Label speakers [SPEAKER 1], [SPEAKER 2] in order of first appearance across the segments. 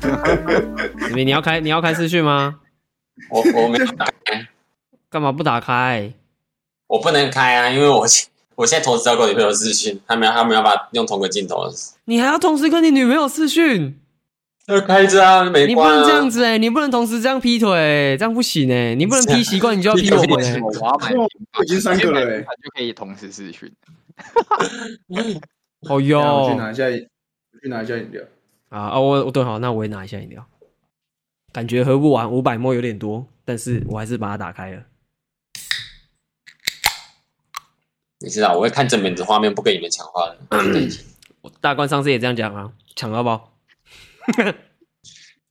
[SPEAKER 1] 子明，你要开你要开视讯吗？
[SPEAKER 2] 我我没有打开，
[SPEAKER 1] 干嘛不打开？
[SPEAKER 2] 我不能开啊，因为我现我现在同时要跟我女朋友视讯，他们要他们要把用同个镜头，
[SPEAKER 1] 你还要同时跟你女朋友视讯？
[SPEAKER 2] 要开着啊，没
[SPEAKER 1] 你不
[SPEAKER 2] 关
[SPEAKER 1] 能
[SPEAKER 2] 啊。
[SPEAKER 1] 这样子哎、你不能同时这样劈腿、这样不行哎、你不能劈习惯，你就要劈我们哎、
[SPEAKER 3] 我要买平板，
[SPEAKER 4] 已经三个了
[SPEAKER 3] 我
[SPEAKER 4] 欸
[SPEAKER 3] 先买平板就可以同时视讯。
[SPEAKER 1] 哦
[SPEAKER 4] 等一下我去
[SPEAKER 1] 哟
[SPEAKER 4] 拿一下，我去拿一下饮料。
[SPEAKER 1] 啊啊！我我对好，那我也拿一下饮料。感觉喝不完，五百沫有点多，但是我还是把它打开了。
[SPEAKER 2] 你知道我会看正面的画面，不跟你们讲话的。
[SPEAKER 1] 我大官上次也这样讲啊，抢到包。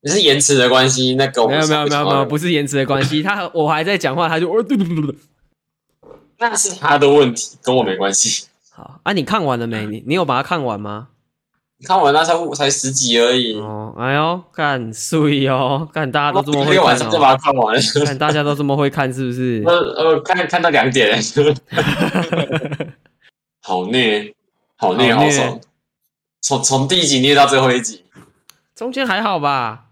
[SPEAKER 2] 你是延迟的关系，那个我
[SPEAKER 1] 没有没有没有没有，不
[SPEAKER 2] 是，
[SPEAKER 1] 是延迟的关系，他和我还在讲话，他就哦对对对对。
[SPEAKER 2] 那是他的问题，跟我没关系。
[SPEAKER 1] 好啊，你看完了没？
[SPEAKER 2] 嗯
[SPEAKER 1] 你你有把它看完吗？
[SPEAKER 2] 你看我那才五才十集而已，
[SPEAKER 1] 哦，哎呦，干碎哦，干大家都这么
[SPEAKER 2] 一
[SPEAKER 1] 会
[SPEAKER 2] 个晚
[SPEAKER 1] 看
[SPEAKER 2] 上就把
[SPEAKER 1] 哦，
[SPEAKER 2] 它看完了。
[SPEAKER 1] 看大家都这么会看是不是
[SPEAKER 2] 呃？呃，看看到两点， 好虐，好虐，
[SPEAKER 1] 好
[SPEAKER 2] 好
[SPEAKER 1] 虐
[SPEAKER 2] 爽。从从第一集虐到最后一集，
[SPEAKER 1] 中间还好吧？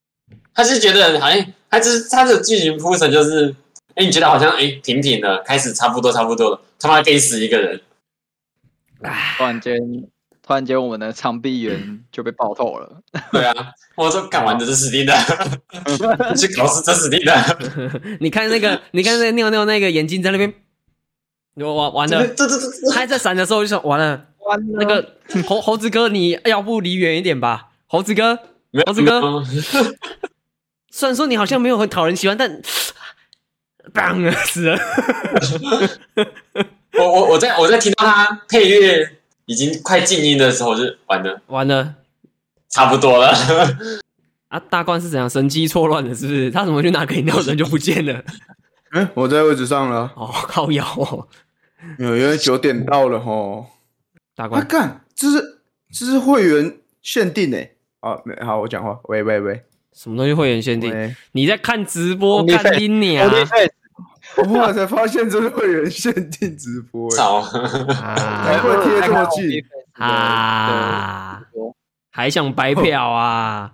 [SPEAKER 2] 他是觉得好像，他就是他的剧情铺陈就是，哎，你觉得好像哎平平了，开始差不多差不多了，他妈给死一个人，
[SPEAKER 3] 突然间，突然间，我们的长臂猿就被爆透了。
[SPEAKER 2] 对啊，我说干完的这死定的，去搞死这死定的，
[SPEAKER 1] 你看那个，你看那个尿尿那个眼睛在那边，我完完
[SPEAKER 2] 对
[SPEAKER 1] 了，
[SPEAKER 2] 对对对，
[SPEAKER 1] 他在闪的时候我就想完
[SPEAKER 2] 嗯
[SPEAKER 1] 了，那个猴猴子哥，你要不离远一点吧，猴子哥。
[SPEAKER 2] 没有
[SPEAKER 1] 猴子哥
[SPEAKER 2] 没有
[SPEAKER 1] 虽然说你好像没有很讨人喜欢，但 bang 死了。
[SPEAKER 2] 我我我在我在听到他配乐已经快静音的时候，我就完了，
[SPEAKER 1] 完了
[SPEAKER 2] 差不多了。
[SPEAKER 1] 啊！大冠是怎样神机错乱的，是不是？他怎么去拿个饮料人就不见了？
[SPEAKER 4] 嗯，我在位置上了，
[SPEAKER 1] 哦，靠腰哦，
[SPEAKER 4] 没有，因为九点到了吼。
[SPEAKER 1] 大
[SPEAKER 4] 嗯啊，
[SPEAKER 1] 冠
[SPEAKER 4] 干，这是这是会员限定诶。啊，没好，我讲话。喂喂喂，
[SPEAKER 1] 什么东西会员限定？
[SPEAKER 4] 喂
[SPEAKER 1] 你在看直播，
[SPEAKER 3] Only
[SPEAKER 1] 看丁
[SPEAKER 4] 哦
[SPEAKER 1] 你啊！
[SPEAKER 4] 哎我后来才发现这是会员限定直播欸，
[SPEAKER 2] 操！
[SPEAKER 4] 难
[SPEAKER 1] 啊
[SPEAKER 4] 怪贴这么近。
[SPEAKER 1] 啊！还想白嫖啊？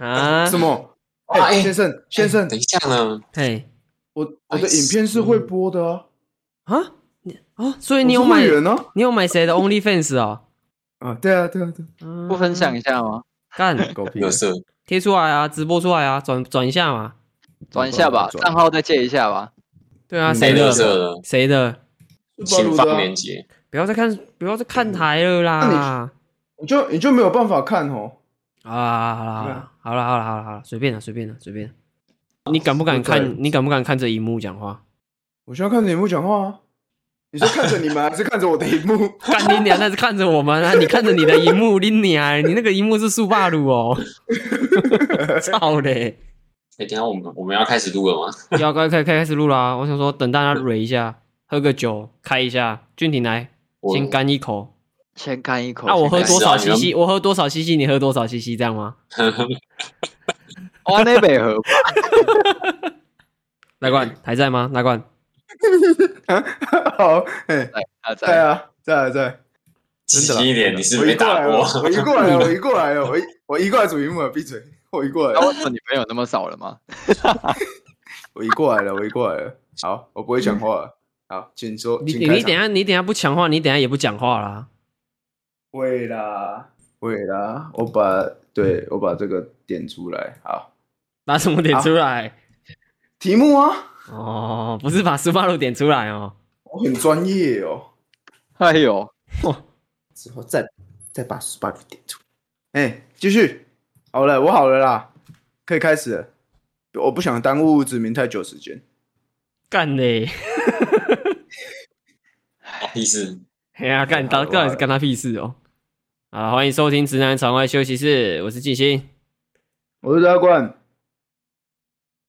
[SPEAKER 1] 啊？
[SPEAKER 4] 什？么？
[SPEAKER 2] 哇
[SPEAKER 4] 哎、
[SPEAKER 2] 哎
[SPEAKER 4] 先生，先生，
[SPEAKER 2] 等一下
[SPEAKER 1] 嗯
[SPEAKER 2] 呢，
[SPEAKER 1] 嘿
[SPEAKER 4] 我我的影片是会播的啊，
[SPEAKER 1] 啊？你啊？所以
[SPEAKER 4] 我
[SPEAKER 1] 你
[SPEAKER 4] 是
[SPEAKER 1] 有买
[SPEAKER 4] 会？员啊？
[SPEAKER 1] 你有买谁的 OnlyFans 哦？
[SPEAKER 4] 啊，对啊，对啊，对啊，
[SPEAKER 1] 嗯
[SPEAKER 3] 不分享一下吗？
[SPEAKER 1] 干
[SPEAKER 4] 狗屁
[SPEAKER 2] 有事，
[SPEAKER 1] 贴出来啊，直播出来啊，转转一下嘛。
[SPEAKER 3] 转一下吧，
[SPEAKER 4] 转
[SPEAKER 3] 账号再借一下吧。
[SPEAKER 1] 对啊，
[SPEAKER 4] 嗯
[SPEAKER 1] 谁
[SPEAKER 2] 谁
[SPEAKER 1] 的
[SPEAKER 2] 乐？色了？
[SPEAKER 1] 谁的？
[SPEAKER 4] 是暴
[SPEAKER 2] 请
[SPEAKER 4] 露
[SPEAKER 2] 放
[SPEAKER 4] 的、啊
[SPEAKER 2] 链，接。
[SPEAKER 1] 不要再看，不要再看台了
[SPEAKER 4] 嗯
[SPEAKER 1] 啦！
[SPEAKER 4] 你就你就没有办法看哦。
[SPEAKER 1] 啊，好了好了好了好了好了，随便了随便了随便了。你敢不敢
[SPEAKER 4] 对
[SPEAKER 1] 看？你敢不敢看这一幕讲话？
[SPEAKER 4] 我现在看着你幕讲话啊，你是看着你们还是看着我的荧幕？
[SPEAKER 1] 干你娘！那是看着我们啊，你看着你的荧幕，拎你啊！你那个荧幕是速霸鲁哦，操嘞！
[SPEAKER 2] 哎，等一下我们我们要开始录了吗？
[SPEAKER 1] 要该开开开始录啦！我想说，等大家蕊一下，喝个酒，开一下。俊廷来，
[SPEAKER 2] 我
[SPEAKER 1] 先干一口。
[SPEAKER 3] 先干一口。
[SPEAKER 1] 那、我喝
[SPEAKER 3] 先干一
[SPEAKER 1] 多
[SPEAKER 3] 口
[SPEAKER 1] 少
[SPEAKER 2] 是啊
[SPEAKER 1] CC？、
[SPEAKER 2] 你
[SPEAKER 1] 我喝多少 CC？你喝多少 CC？这样吗？
[SPEAKER 3] 哦，那北河，
[SPEAKER 1] 来冠还在吗？来冠，
[SPEAKER 4] 好，哎、
[SPEAKER 3] 来，他
[SPEAKER 4] 在
[SPEAKER 3] 在
[SPEAKER 4] 啊，在啊，在。真的啦
[SPEAKER 2] 细一哎点，你是
[SPEAKER 4] 我
[SPEAKER 2] 没
[SPEAKER 4] 移过
[SPEAKER 2] 打
[SPEAKER 4] 来
[SPEAKER 2] 过
[SPEAKER 4] 了，。我移过来了，我移过来了，我移 我移过来主荧幕了，闭嘴！我移过来
[SPEAKER 3] 那
[SPEAKER 4] 了，
[SPEAKER 3] 为什么你朋友那么少了吗？
[SPEAKER 4] 我移过来了，我移过来了。好，我不会讲话了。好，请说，
[SPEAKER 1] 你
[SPEAKER 4] 请
[SPEAKER 1] 你
[SPEAKER 4] 开
[SPEAKER 1] 你
[SPEAKER 4] 场
[SPEAKER 1] 等一下你等一下不讲话，你等一下也不讲话啦。
[SPEAKER 4] 会啦，会啦，我把对我把这个点出来。好，
[SPEAKER 1] 拿什么点出来？
[SPEAKER 4] 题目啊，
[SPEAKER 1] 哦，不是把苏巴鲁点出来哦。
[SPEAKER 4] 我很专业哦。
[SPEAKER 3] 哎呦，
[SPEAKER 4] 之后再再把 s p a 点出来。哎、继续，好了，我好了啦，可以开始了。我不想耽误子明太久时间。
[SPEAKER 1] 干嘞！
[SPEAKER 2] 意思
[SPEAKER 1] 哎呀，干到到底是干他屁事哦！啊，欢迎收听《直男场外休息室》，我是静心。
[SPEAKER 4] 我是阿冠，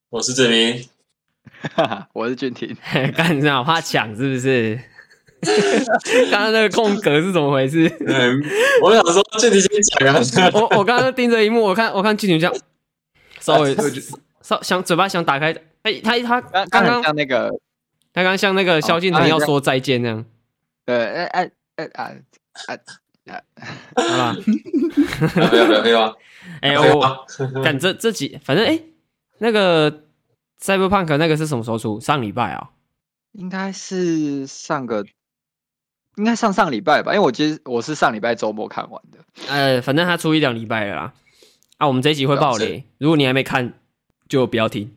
[SPEAKER 2] 我是志明，
[SPEAKER 3] 哈哈，我是俊廷。
[SPEAKER 1] 嘿干这样怕抢是不是？ 刚刚那个空格是怎么回事？
[SPEAKER 2] 嗯，我想说，这你先讲啊。
[SPEAKER 1] 我我刚刚盯着一幕，我看我看剧情这样，稍 微稍想嘴巴想打开，哎、他他
[SPEAKER 3] 刚
[SPEAKER 1] 刚哦刚他
[SPEAKER 3] 刚很像那个，
[SPEAKER 1] 刚像那个萧敬腾要说再见那样，
[SPEAKER 3] 对，哎哎哎啊啊，
[SPEAKER 1] 好吧？
[SPEAKER 2] 没有没有没有啊，
[SPEAKER 1] 哎、
[SPEAKER 2] 没有
[SPEAKER 1] 我
[SPEAKER 2] 啊，
[SPEAKER 1] 干这这几，反正哎、那个 Cyberpunk 那个是什么时候出？上礼拜啊、
[SPEAKER 3] 应该是上个，应该上上礼拜吧，因为我其实我是上礼拜周末看完的。
[SPEAKER 1] 呃，反正他出一两礼拜了啦。啊，我们这一集会爆雷，如果你还没看，就不要听。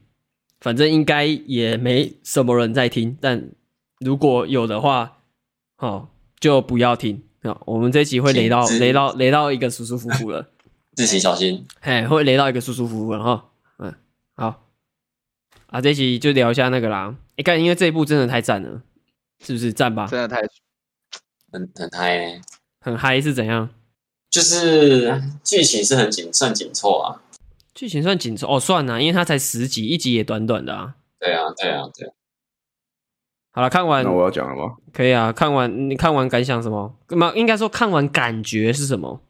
[SPEAKER 1] 反正应该也没什么人在听，但如果有的话，哦，就不要听。哦、我们这一集会雷到
[SPEAKER 2] 请自
[SPEAKER 1] 雷到雷到一个舒舒服服的，
[SPEAKER 2] 自己小心。
[SPEAKER 1] 嘿，会雷到一个舒舒服服的哈。嗯，好。啊，这一集就聊一下那个啦。哎、干，因为这一部真的太赞了，是不是赞吧？
[SPEAKER 3] 真的太
[SPEAKER 2] 很很嗨欸，
[SPEAKER 1] 很嗨是怎样？
[SPEAKER 2] 就是剧情是很紧，算紧凑啊。
[SPEAKER 1] 剧情算紧凑哦，算啦、因为它才十集，一集也短短的啊。
[SPEAKER 2] 对啊，对啊，对啊。
[SPEAKER 1] 好了，看完
[SPEAKER 4] 那我要讲了吗？
[SPEAKER 1] 可以啊，看完你看完感想什么？嘛，应该说看完感觉是什么？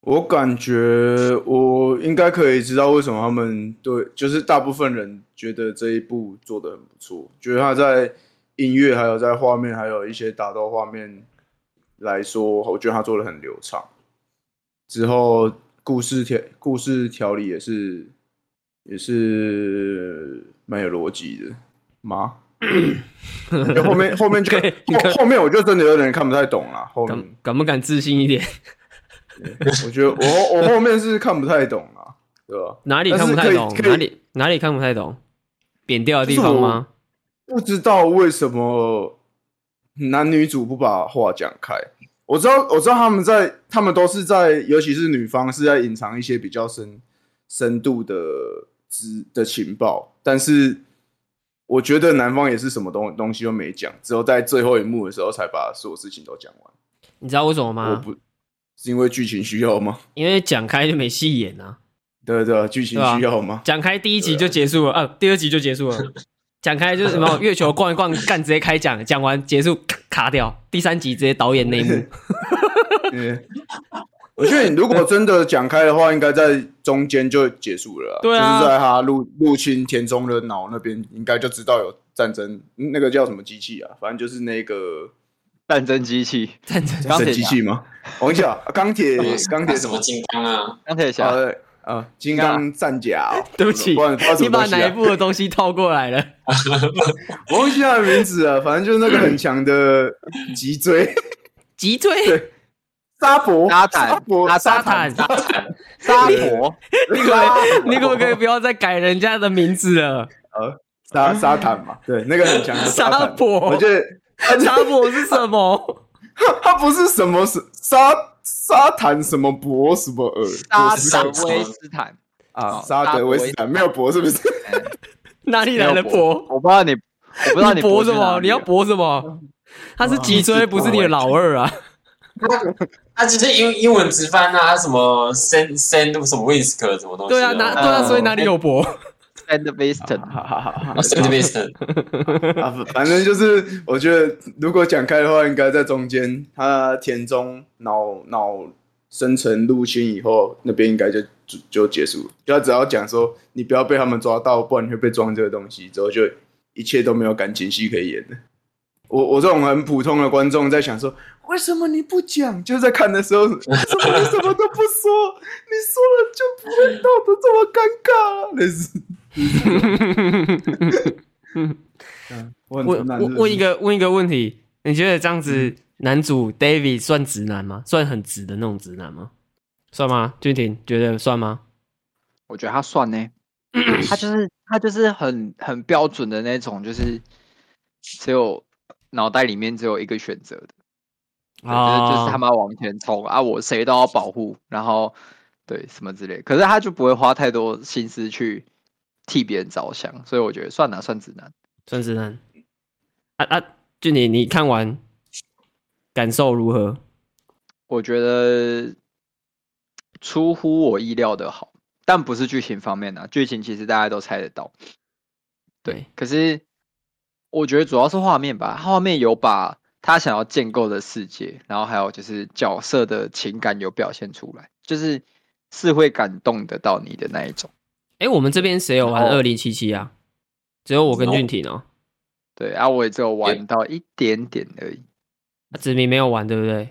[SPEAKER 4] 我感觉我应该可以知道为什么他们对，就是大部分人觉得这一部做的很不错，觉得他在音乐还有在画面还有一些打斗画面来说，我觉得他做的很流畅。之后故事条故事条理也是也是蛮有逻辑的 吗？就后面后面就
[SPEAKER 1] 可以你可
[SPEAKER 4] 后后面我就真的有点看不太懂了，后面
[SPEAKER 1] 敢敢不敢自信一点？
[SPEAKER 4] 我觉得我后我后面是看不太懂啦，对吧？
[SPEAKER 1] 哪里看不太懂
[SPEAKER 4] 但？是可以可以
[SPEAKER 1] 哪里哪里看不太懂？扁掉的地方吗？
[SPEAKER 4] 不知道为什么男女主不把话讲开。我知道，我知道他们在，他们都是在，尤其是女方是在隐藏一些比较深深度的知的情报，但是我觉得男方也是什么东东西都没讲，只有在最后一幕的时候才把所有事情都讲完。
[SPEAKER 1] 你知道为什么
[SPEAKER 4] 我
[SPEAKER 1] 吗？
[SPEAKER 4] 不是因为剧情需要吗？
[SPEAKER 1] 因为讲开就没戏演啊，
[SPEAKER 4] 对对，剧情
[SPEAKER 1] 对啊
[SPEAKER 4] 需要吗？
[SPEAKER 1] 讲开第一集就结束了，啊，第二集就结束了。讲开就是什 么月球逛一逛，干直接开讲，讲完结束咔卡掉，第三集直接导演内幕。
[SPEAKER 4] 嗯，我觉得你如果真的讲开的话，应该在中间就结束了啦。
[SPEAKER 1] 对啊
[SPEAKER 4] 就是在他入入侵田中的脑那边，应该就知道有战争，嗯那个叫什么机器啊？反正就是那个
[SPEAKER 3] 战争机器，
[SPEAKER 1] 战争
[SPEAKER 3] 钢铁侠
[SPEAKER 4] 神机器吗？我跟你讲，啊钢铁钢铁
[SPEAKER 2] 什么金刚啊？
[SPEAKER 3] 钢铁侠，
[SPEAKER 4] 呃呃，金刚战甲哦、
[SPEAKER 1] 对不起
[SPEAKER 4] 不然不知道，什
[SPEAKER 1] 你
[SPEAKER 4] 么东
[SPEAKER 1] 把
[SPEAKER 4] 西啊
[SPEAKER 1] 哪一部的东西套过来了？
[SPEAKER 4] 我忘记他的名字了，反正就是那个很强的脊椎
[SPEAKER 1] 脊椎
[SPEAKER 4] 对沙伯
[SPEAKER 3] 沙坦
[SPEAKER 4] 沙伯
[SPEAKER 3] 沙
[SPEAKER 1] 沙坦，
[SPEAKER 3] 沙婆，
[SPEAKER 1] 你可不可以 你可不可以不要再改人家的名字 了？
[SPEAKER 4] 沙沙坦嘛，哎对，那个很强的 沙
[SPEAKER 1] 沙
[SPEAKER 4] 坦。
[SPEAKER 1] 婆
[SPEAKER 4] 我觉得他
[SPEAKER 1] 沙漠是什 么？
[SPEAKER 4] 他不是什么是沙沙坦什么博什么尔
[SPEAKER 3] 沙
[SPEAKER 4] 博斯
[SPEAKER 3] 德
[SPEAKER 4] 克
[SPEAKER 3] 威斯坦，
[SPEAKER 4] 啊
[SPEAKER 3] 哦
[SPEAKER 4] 沙德威斯坦没有博是 不是？
[SPEAKER 1] 哪里来的博？
[SPEAKER 3] 我不知道你，我不知道
[SPEAKER 1] 你
[SPEAKER 3] 博
[SPEAKER 1] 博什么？你要
[SPEAKER 3] 博
[SPEAKER 1] 博什么？他是脊
[SPEAKER 4] 哇
[SPEAKER 1] 椎，不是你的老二啊！
[SPEAKER 2] 他啊只是英英文直翻啊，他什么 send send 什么 whisk 什么东西的？
[SPEAKER 1] 对啊，哪对啊，所以
[SPEAKER 3] 哎
[SPEAKER 1] 哪里有博？
[SPEAKER 3] ，Sand Weston，
[SPEAKER 4] 好好好
[SPEAKER 2] 啊 send whisk，
[SPEAKER 4] 啊，反正就是我觉得如果讲开的话，应该在中间他田中脑脑深层入侵以后，那边应该就就就结束了。就他只要讲说你不要被他们抓到，不然你会被装这个东西，之后就一切都没有感情戏可以演了。我我这种很普通的观众在想说，为什么你不讲？就在看的时候，为什么你什么都不说？你说了就不会闹得这么尴尬、啊，类似。 嗯我很
[SPEAKER 1] 问
[SPEAKER 3] 啊
[SPEAKER 4] 难
[SPEAKER 1] 问问一个问一个问题，你觉得这样子男主 David 算直男吗？算很直的那种直男吗？算吗？俊廷觉得算吗？
[SPEAKER 3] 我觉得他算呢，他就是他就是很很标准的那种，就是只有脑袋里面只有一个选择的，对就是就是他
[SPEAKER 1] 们
[SPEAKER 3] 妈往前冲啊，我谁都要保护，然后对什么之类，可是他就不会花太多心思去替别人着想，所以我觉得算男算直男。
[SPEAKER 1] 算直男。啊啊，俊廷，你看完感受如何？
[SPEAKER 3] 我觉得出乎我意料的好，但不是剧情方面啊，剧情其实大家都猜得到。
[SPEAKER 1] 对，
[SPEAKER 3] 可是我觉得主要是画面吧，画面有把他想要建构的世界，然后还有就是角色的情感有表现出来，就是是会感动得到你的那一种。
[SPEAKER 1] 哎，我们这边谁有玩
[SPEAKER 3] 然后
[SPEAKER 1] 二零七七啊？只有我跟俊廷哦，
[SPEAKER 3] 对啊，我也只有
[SPEAKER 2] 对
[SPEAKER 3] 玩到一点点而已。
[SPEAKER 1] 啊子明没有玩，对不对？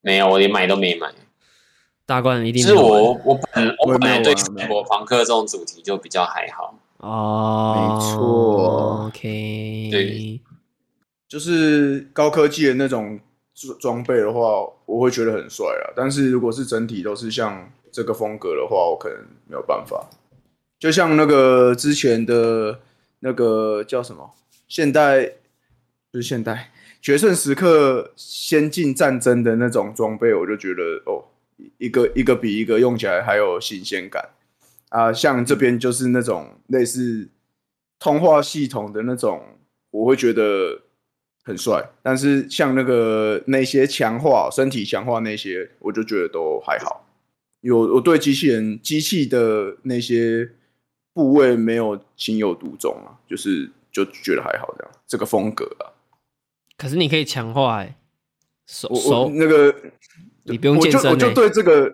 [SPEAKER 2] 没有，我连买都没买。
[SPEAKER 1] 大冠一
[SPEAKER 2] 其
[SPEAKER 1] 定
[SPEAKER 2] 实
[SPEAKER 1] 没有玩
[SPEAKER 2] 我我本
[SPEAKER 4] 我也
[SPEAKER 2] 我本
[SPEAKER 4] 没有
[SPEAKER 2] 来对
[SPEAKER 4] 玩没
[SPEAKER 2] 赛
[SPEAKER 4] 有
[SPEAKER 2] 博朋克这种主题就比较还好。
[SPEAKER 1] 哦，
[SPEAKER 4] 没错
[SPEAKER 1] ，OK，
[SPEAKER 2] 对
[SPEAKER 4] 就是高科技的那种装装备的话，我会觉得很帅啊。但是如果是整体都是像这个风格的话，我可能没有办法。就像那个之前的那个叫什么现代，不是现代决胜时刻先进战争的那种装备，我就觉得哦，一个一个比一个用起来还有新鲜感啊。像这边就是那种类似通话系统的那种，我会觉得很帅。但是像那个那些强化身体强化那些，我就觉得都还好。有我对机器人机器的那些部位没有情有独钟啊，就是就觉得还好这样，这个风格啊，
[SPEAKER 1] 可是你可以强化哎，手
[SPEAKER 4] 我我
[SPEAKER 1] 手，
[SPEAKER 4] 那个
[SPEAKER 1] 你不用健身
[SPEAKER 4] 我就我
[SPEAKER 1] 哎
[SPEAKER 4] 就，对 这个，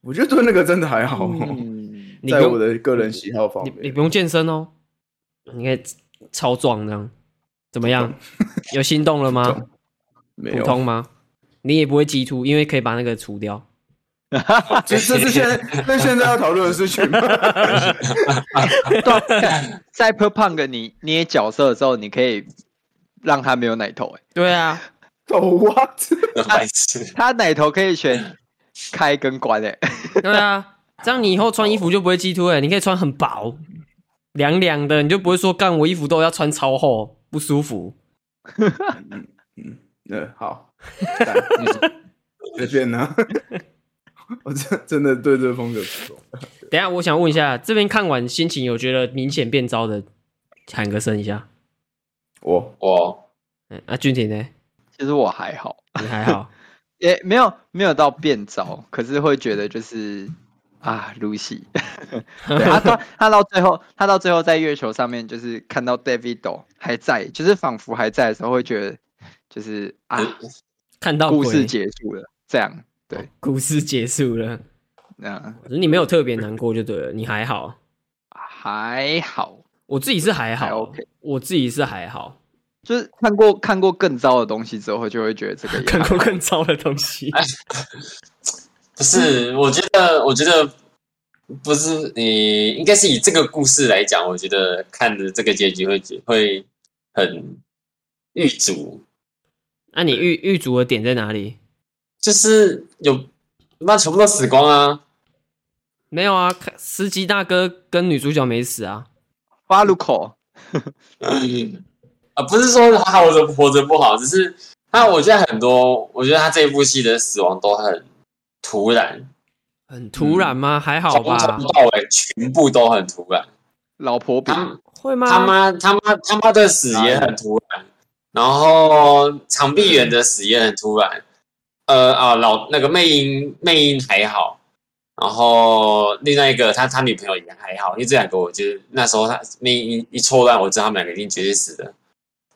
[SPEAKER 4] 我就对那个真的还好，
[SPEAKER 3] 嗯，
[SPEAKER 1] 你不
[SPEAKER 4] 在
[SPEAKER 1] 用
[SPEAKER 4] 我的个人喜好方
[SPEAKER 1] 你
[SPEAKER 4] 面，
[SPEAKER 1] 你不用健身哦，你可以超壮这样，怎么样？有心动了吗？
[SPEAKER 4] 没
[SPEAKER 1] 普
[SPEAKER 4] 有，
[SPEAKER 1] 通吗？你也不会激突，因为可以把那个除掉。
[SPEAKER 4] 这这是现 在那现在要讨论的事情吗？
[SPEAKER 3] Cyberpunk 你捏角色的时候，你可以让他没有奶头、欸，
[SPEAKER 1] 对啊，
[SPEAKER 4] 懂 what？
[SPEAKER 2] 白痴，
[SPEAKER 3] 他奶头可以选开跟关、欸，
[SPEAKER 1] 对啊，这样你以后穿衣服就不会激突哎、你可以穿很薄，凉凉的，你就不会说干我衣服都要穿超厚，不舒服。
[SPEAKER 4] 嗯， 好，干随便呢， 我真真的对这个风格不错。
[SPEAKER 1] 等一下我想问一下，这边看完心情有觉得明显变糟的，喊个声一下。
[SPEAKER 4] 我
[SPEAKER 2] 我
[SPEAKER 1] 嗯，啊，俊廷呢？
[SPEAKER 3] 其实我还好，
[SPEAKER 1] 你还 好？
[SPEAKER 3] 也没有没有到变糟，可是会觉得就是啊，Lucy，对啊他到他到最后，他到最后在月球上面，就是看到 Davido 还在，就是仿佛还在的时候，会觉得就是啊，
[SPEAKER 1] 看到
[SPEAKER 3] 故
[SPEAKER 1] 鬼
[SPEAKER 3] 事结束了，这样对，
[SPEAKER 1] 故事结束了，
[SPEAKER 3] 那
[SPEAKER 1] 你没有特别难过就对了，你还好。
[SPEAKER 3] 还好，
[SPEAKER 1] 我自己是还好
[SPEAKER 3] 还 OK
[SPEAKER 1] 我自己是还 好，
[SPEAKER 3] 就是看过看过更糟的东西之后，就会觉得这个也
[SPEAKER 1] 看
[SPEAKER 3] 还
[SPEAKER 1] 过更糟的东 西。
[SPEAKER 2] 不是，我觉得，我觉得不是你，应该是以这个故事来讲，我觉得看的这个结局会觉会很狱卒，
[SPEAKER 1] 那、啊你预预足的点在哪里？
[SPEAKER 2] 就是有妈全部都死光啊！
[SPEAKER 1] 没有啊，看司机大哥跟女主角没死啊，
[SPEAKER 3] 巴鲁口，
[SPEAKER 2] 啊，不是说他活着活着不好，只是他我觉得很多，我觉得他这一部戏的死亡都很突然，
[SPEAKER 1] 很嗯突然吗？还好
[SPEAKER 2] 从头
[SPEAKER 1] 吧？
[SPEAKER 2] 到尾全部都很突然。
[SPEAKER 3] 老婆饼，
[SPEAKER 2] 他
[SPEAKER 1] 会
[SPEAKER 4] 啊
[SPEAKER 2] 他
[SPEAKER 1] 吗？
[SPEAKER 2] 妈他妈他妈的死也很突然，然后长臂猿的死也很突然。呃啊，老那个魅音魅音还好，然后另外一个他他女朋友也还好，因为这两个我觉得那时候他魅音一错乱，我知道他们两个一定绝对死的。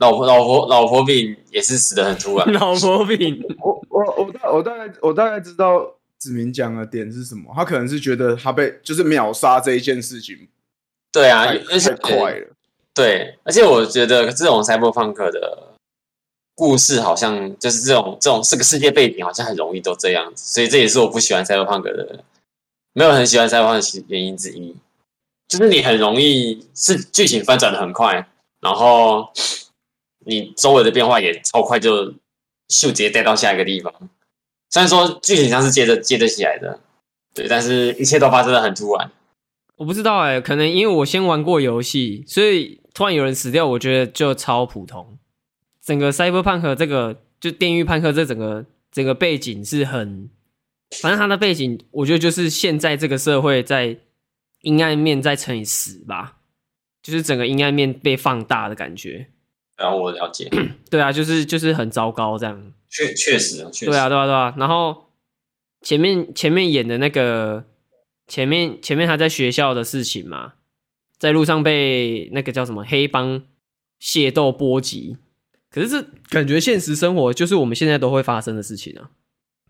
[SPEAKER 2] 老婆老婆老婆饼也是死的很突 然，
[SPEAKER 1] 老婆饼，
[SPEAKER 4] 我我我大我大概我大概知道子明讲的点是什么，他可能是觉得他被就是秒杀这一件事情
[SPEAKER 2] 对啊
[SPEAKER 4] 太，
[SPEAKER 2] 而且
[SPEAKER 4] 太快了，
[SPEAKER 2] 对，而且我觉得这种赛博朋克的故事，好像就是这种这种这个世界背景，好像很容易都这样子，所以这也是我不喜欢赛博朋克的，没有很喜欢赛博朋克的原因之一，就是你很容易是剧情翻转的很快，然后你周围的变化也超快就就直接带到下一个地方，虽然说剧情上是接着接着起来的，对，但是一切都发生的很突然。
[SPEAKER 1] 我不知道哎、可能因为我先玩过游戏，所以突然有人死掉，我觉得就超普通。整个 Cyberpunk 这个就电狱判克这整个整个背景是很，反正它的背景，我觉得就是现在这个社会在阴暗面再乘以十吧，就是整个阴暗面被放大的感觉。
[SPEAKER 2] 然啊后我了解，
[SPEAKER 1] 对啊，就是就是很糟糕这样。
[SPEAKER 2] 确确实啊，确实
[SPEAKER 1] 对啊，对啊，对啊。然后前面前面演的那个，前面前面他在学校的事情嘛，在路上被那个叫什么黑帮械斗波及。可是这感觉现实生活就是我们现在都会发生的事情啊，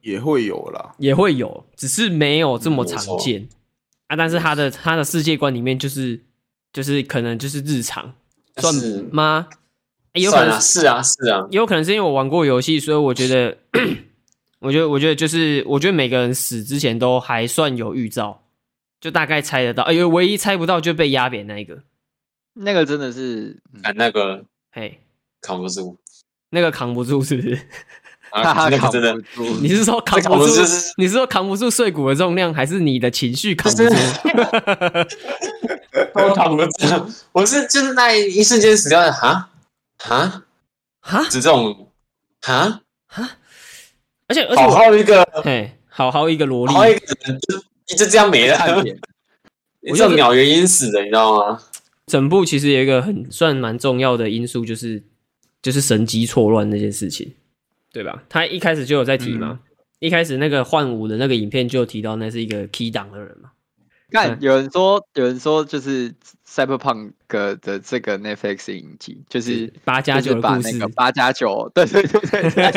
[SPEAKER 4] 也会有啦。
[SPEAKER 1] 也会有，只是没有这么
[SPEAKER 2] 嗯没
[SPEAKER 1] 常
[SPEAKER 2] 错
[SPEAKER 1] 见啊。但是他的他的世界观里面就是就是可能就是日常算
[SPEAKER 2] 是
[SPEAKER 1] 吗？欸有可
[SPEAKER 2] 算
[SPEAKER 1] 能
[SPEAKER 2] 啊，是啊，是啊，
[SPEAKER 1] 有可能是因为我玩过游戏，所以我觉得 我觉得，我觉得就是，我觉得每个人死之前都还算有预兆，就大概猜得到。哎、呦，唯一猜不到就被压扁那一个，
[SPEAKER 3] 那个真的是，嗯
[SPEAKER 2] 但那个
[SPEAKER 1] 嘿，
[SPEAKER 2] 扛不住，
[SPEAKER 1] 那个扛不住是不是？
[SPEAKER 3] 哈哈
[SPEAKER 2] 啊，那个
[SPEAKER 3] 扛
[SPEAKER 2] 真的
[SPEAKER 3] 不，住。
[SPEAKER 1] 你是说扛
[SPEAKER 2] 这扛
[SPEAKER 1] 不
[SPEAKER 2] 不
[SPEAKER 1] 住
[SPEAKER 2] 住 是？
[SPEAKER 1] 你是说扛不住碎骨的重量，还是你的情绪扛不
[SPEAKER 2] 就
[SPEAKER 1] 住？
[SPEAKER 2] 都扛不住。我是就是那一瞬间死掉的，哈哈，
[SPEAKER 1] 哈
[SPEAKER 2] 就这种哈，
[SPEAKER 1] 而且而且
[SPEAKER 2] 好
[SPEAKER 1] 我，
[SPEAKER 2] 好一个，
[SPEAKER 1] 嘿，好好一个萝
[SPEAKER 2] 好好
[SPEAKER 1] 莉，
[SPEAKER 2] 一个人就就这样没
[SPEAKER 3] 看
[SPEAKER 2] 了。
[SPEAKER 3] 点
[SPEAKER 2] 你这种鸟原因死的，你知道吗？
[SPEAKER 1] 整部其实有一个很算蛮重要的因素，就是就是神机错乱那件事情，对吧？他一开始就有在提嘛，一开始那个幻舞的那个影片就有提到，那是一个 key 档的人嘛。嗯
[SPEAKER 3] 看，有人说，有人说，就是《Cyberpunk》的这个 Netflix 影集，就是
[SPEAKER 1] 八加
[SPEAKER 3] 就
[SPEAKER 1] 九
[SPEAKER 3] 是
[SPEAKER 1] 的
[SPEAKER 3] 把
[SPEAKER 1] 故
[SPEAKER 3] 那
[SPEAKER 1] 事
[SPEAKER 3] 个，八加九，对对对对对，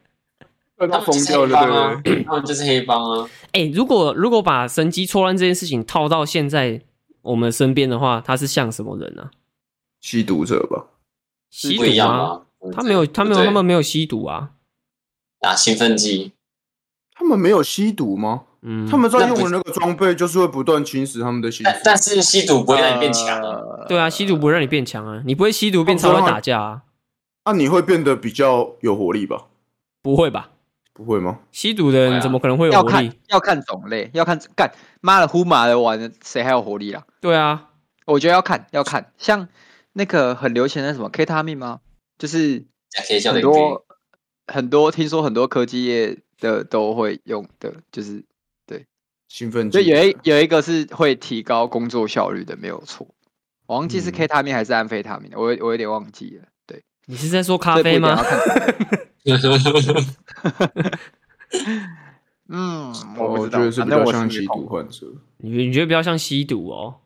[SPEAKER 4] 他啊疯掉
[SPEAKER 2] 他
[SPEAKER 4] 了，
[SPEAKER 2] 们就是黑帮啊，
[SPEAKER 4] 对
[SPEAKER 2] 他们就是黑帮啊。
[SPEAKER 1] 哎、如果如果把神机错乱这件事情套到现在我们身边的话，他是像什么人啊？
[SPEAKER 4] 吸毒者吧？
[SPEAKER 1] 吸
[SPEAKER 2] 不一
[SPEAKER 1] 毒
[SPEAKER 2] 样
[SPEAKER 1] 吗？
[SPEAKER 2] 啊，对不对
[SPEAKER 1] 他没有，他没有，
[SPEAKER 2] 对
[SPEAKER 1] 他们没有吸毒啊。
[SPEAKER 2] 打兴奋剂，
[SPEAKER 4] 他们没有吸毒吗？
[SPEAKER 1] 嗯，
[SPEAKER 4] 他们在
[SPEAKER 2] 那不
[SPEAKER 4] 用的那个装备就是会不断侵蚀他们的心
[SPEAKER 2] 但但是吸毒不会让你变强啊。
[SPEAKER 3] 呃
[SPEAKER 1] 对啊，吸毒不会让你变强啊，你不会吸毒变超人打架啊？
[SPEAKER 4] 那、你会变得比较有活力吧？
[SPEAKER 1] 不会吧？
[SPEAKER 4] 不会吗？
[SPEAKER 1] 吸毒的
[SPEAKER 2] 对
[SPEAKER 1] 人
[SPEAKER 2] 啊
[SPEAKER 1] 怎么可能会有
[SPEAKER 3] 要
[SPEAKER 1] 活力
[SPEAKER 3] 看？要看种类，要看干妈的呼麻的玩，谁还有活力啊？
[SPEAKER 1] 对啊，
[SPEAKER 3] 我觉得要看要看，像那个很流行的什么 K 他命吗？就是
[SPEAKER 2] 可以叫
[SPEAKER 3] 很
[SPEAKER 2] 你
[SPEAKER 3] 多很多，听说很多科技业的都会用的，就是
[SPEAKER 4] 兴奋
[SPEAKER 3] 就
[SPEAKER 4] 剂
[SPEAKER 3] 有一有一个是会提高工作效率的，没有错。我忘记是
[SPEAKER 4] 嗯
[SPEAKER 3] K 他命还是安非他命的，我有我有点忘记了。对，
[SPEAKER 1] 你是在说咖
[SPEAKER 3] 所
[SPEAKER 1] 啡
[SPEAKER 3] 以不一定要
[SPEAKER 1] 吗？
[SPEAKER 3] 看种类 嗯，我不
[SPEAKER 4] 我
[SPEAKER 3] 知
[SPEAKER 4] 觉
[SPEAKER 3] 道，
[SPEAKER 4] 得哦是
[SPEAKER 3] 反正
[SPEAKER 4] 比较
[SPEAKER 3] 我
[SPEAKER 4] 像
[SPEAKER 3] 是没
[SPEAKER 4] 吸
[SPEAKER 3] 碰
[SPEAKER 4] 毒患者，
[SPEAKER 1] 你你觉得不要像吸毒哦？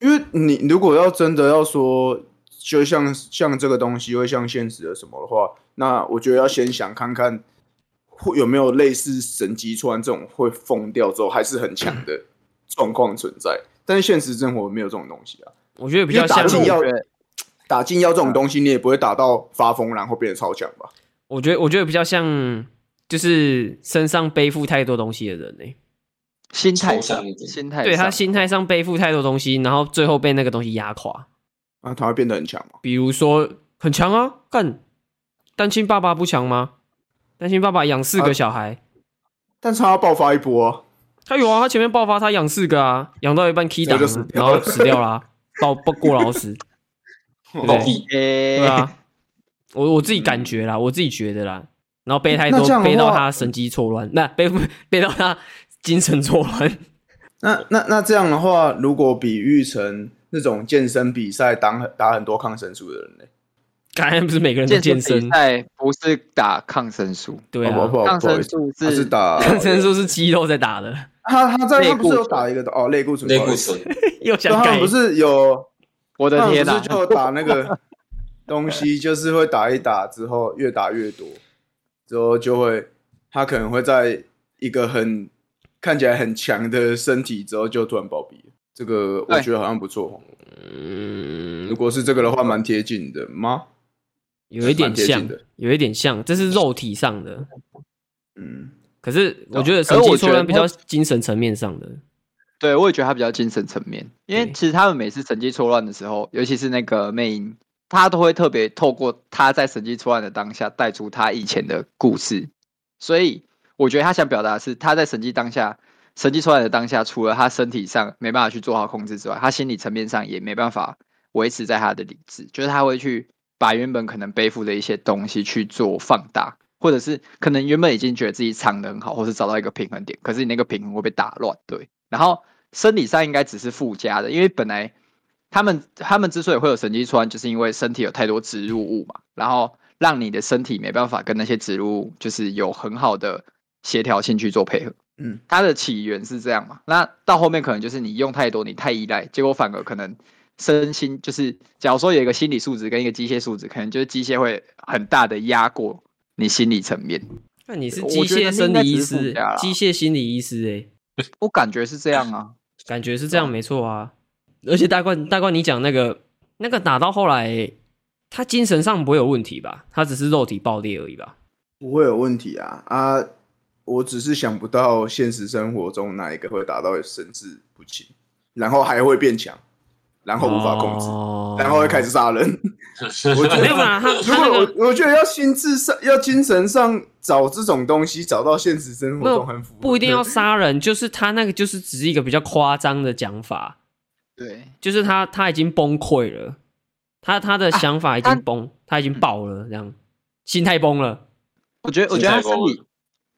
[SPEAKER 4] 因为你如果要真的要说，就像像这个东西会像现实的什么的话，那我觉得要先想看看会有没有类似神机穿这种会疯掉之后还是很强 的状况存在，但是现实生活没有这种东西啊。
[SPEAKER 1] 我觉得比较
[SPEAKER 4] 因为打
[SPEAKER 1] 像
[SPEAKER 4] 禁
[SPEAKER 3] 我
[SPEAKER 4] 药
[SPEAKER 3] 觉得
[SPEAKER 4] 打禁药这种东西，你也不会打到发疯然后变得超强吧？
[SPEAKER 1] 我觉得我觉得比较像就是身上背负太多东西的人呢、欸
[SPEAKER 3] 心态
[SPEAKER 2] 抽象
[SPEAKER 3] 上
[SPEAKER 2] 一，点
[SPEAKER 3] 心态
[SPEAKER 1] 对他
[SPEAKER 3] 上
[SPEAKER 1] 心态上背负太多东西，然后最后被那个东西压垮。
[SPEAKER 4] 那他会变得很强吗？
[SPEAKER 1] 比如说很强啊，干单亲爸爸不强吗？单亲爸爸养四个
[SPEAKER 4] 啊
[SPEAKER 1] 小孩，
[SPEAKER 4] 但是他要爆发一波、啊，
[SPEAKER 1] 他有啊，他前面爆发，他养四个啊，养到一半 key
[SPEAKER 4] 然
[SPEAKER 1] 档
[SPEAKER 4] 后
[SPEAKER 1] 啊
[SPEAKER 4] 就死，
[SPEAKER 1] 然
[SPEAKER 4] 掉了
[SPEAKER 1] 后死掉啦、爆爆过劳死，对不
[SPEAKER 4] 哦
[SPEAKER 2] 暴
[SPEAKER 1] 对
[SPEAKER 2] 毙，
[SPEAKER 3] 诶
[SPEAKER 1] 对啊，我我自己感觉啦，我自己觉得啦，然后背太多
[SPEAKER 4] 那这，样的话
[SPEAKER 1] 背到他神经错乱，那背背到他精神错乱，
[SPEAKER 4] 那那那这样的话，如果比喻成那种健身比赛打很打很多抗生素的人呢？
[SPEAKER 1] 感觉不是每个人都健
[SPEAKER 3] 身
[SPEAKER 1] 身
[SPEAKER 3] 比，赛不是打抗生素，
[SPEAKER 1] 对啊
[SPEAKER 4] 哦， 不不
[SPEAKER 3] 抗
[SPEAKER 4] 不
[SPEAKER 3] 生
[SPEAKER 4] 好意思，
[SPEAKER 3] 素
[SPEAKER 4] 他是打
[SPEAKER 1] 抗生素是肌肉在打的，
[SPEAKER 4] 他他在
[SPEAKER 3] 类
[SPEAKER 4] 他
[SPEAKER 3] 固
[SPEAKER 4] 不是有
[SPEAKER 3] 醇
[SPEAKER 4] 打一个哦类固醇
[SPEAKER 2] 类固
[SPEAKER 4] 不好意思
[SPEAKER 2] 醇，
[SPEAKER 1] 又
[SPEAKER 4] 对
[SPEAKER 1] 想
[SPEAKER 3] 啊
[SPEAKER 4] 他
[SPEAKER 1] 改
[SPEAKER 4] 们不是有
[SPEAKER 3] 我
[SPEAKER 4] 他
[SPEAKER 3] 的
[SPEAKER 4] 们
[SPEAKER 3] 天
[SPEAKER 4] 不
[SPEAKER 3] 哪
[SPEAKER 4] 是！就打那个东西，就是会打一打之后越打越多，之后就会他可能会在一个很看起来很强的身体之后就突然暴毙了。这个我
[SPEAKER 3] 对
[SPEAKER 4] 觉得好像不错，如
[SPEAKER 1] 嗯，
[SPEAKER 4] 果是这个的话，蛮贴近的吗？
[SPEAKER 1] 有一点
[SPEAKER 4] 蛮贴
[SPEAKER 1] 像
[SPEAKER 4] 近的，
[SPEAKER 1] 有一点像，这是肉体上的，
[SPEAKER 4] 嗯，
[SPEAKER 1] 可是我觉得
[SPEAKER 3] 啊可
[SPEAKER 1] 神
[SPEAKER 3] 是
[SPEAKER 1] 经
[SPEAKER 3] 我
[SPEAKER 1] 错
[SPEAKER 3] 觉
[SPEAKER 1] 乱
[SPEAKER 3] 得
[SPEAKER 1] 比较精神层面上的，
[SPEAKER 3] 对我也觉得他比较精神层面，因为
[SPEAKER 1] 对
[SPEAKER 3] 其实他们每次神经错乱的时候，尤其是那个魅影，他都会特别透过他在神经错乱的当下带出他以前的故事，所以我觉得他想表达的是他在神经当下。神经错乱的当下，除了他身体上没办法去做好控制之外，他心理层面上也没办法维持在他的理智，就是他会去把原本可能背负的一些东西去做放大，或者是可能原本已经觉得自己藏得很好，或是找到一个平衡点，可是你那个平衡会被打乱，对。然后生理上应该只是附加的，因为本来他们他们之所以会有神经穿，就是因为身体有太多植入物嘛，然后让你的身体没办法跟那些植入物就是有很好的协调性去做配合。
[SPEAKER 4] 嗯，
[SPEAKER 3] 它的起源是这样嘛？那到后面可能就是你用太多，你太依赖，结果反而可能身心就是，假如说有一个心理素质跟一个机械素质，可能就是机械会很大的压过你心理层面。
[SPEAKER 1] 那你是
[SPEAKER 3] 我
[SPEAKER 1] 机
[SPEAKER 3] 觉得
[SPEAKER 1] 械
[SPEAKER 3] 那
[SPEAKER 1] 生
[SPEAKER 3] 应该
[SPEAKER 1] 理医
[SPEAKER 3] 只是附
[SPEAKER 1] 师
[SPEAKER 3] 加啦，
[SPEAKER 1] 机械心理医师、欸，
[SPEAKER 3] 我感觉是这样啊，
[SPEAKER 1] 感觉是这样，没错啊。而且大冠大冠，你讲那个那个打到后来，他精神上不会有问题吧？他只是肉体爆裂而已吧？
[SPEAKER 4] 不会有问题啊啊！我只是想不到现实生活中哪一个会达到神志不清，然后还会变强，然后无法控制，
[SPEAKER 1] 哦
[SPEAKER 4] 然后会开始 杀人。我觉
[SPEAKER 1] 没有
[SPEAKER 4] 得，
[SPEAKER 1] 啦，他
[SPEAKER 4] 如
[SPEAKER 1] 他那
[SPEAKER 4] 果
[SPEAKER 1] 个
[SPEAKER 4] 我我觉得要心智上、要精神上找这种东西，找到现实生活中很符合，
[SPEAKER 1] 不一定要杀人，就是他那个就是只是一个比较夸张的讲法，
[SPEAKER 3] 对，
[SPEAKER 1] 就是他他已经崩溃了，他他的想法已
[SPEAKER 3] 啊
[SPEAKER 1] 经崩，
[SPEAKER 4] 嗯
[SPEAKER 1] 他已经爆了，这样心态崩
[SPEAKER 4] 啊
[SPEAKER 1] 了。
[SPEAKER 3] 我觉得我觉得他
[SPEAKER 2] 心态
[SPEAKER 3] 身
[SPEAKER 2] 崩
[SPEAKER 3] 体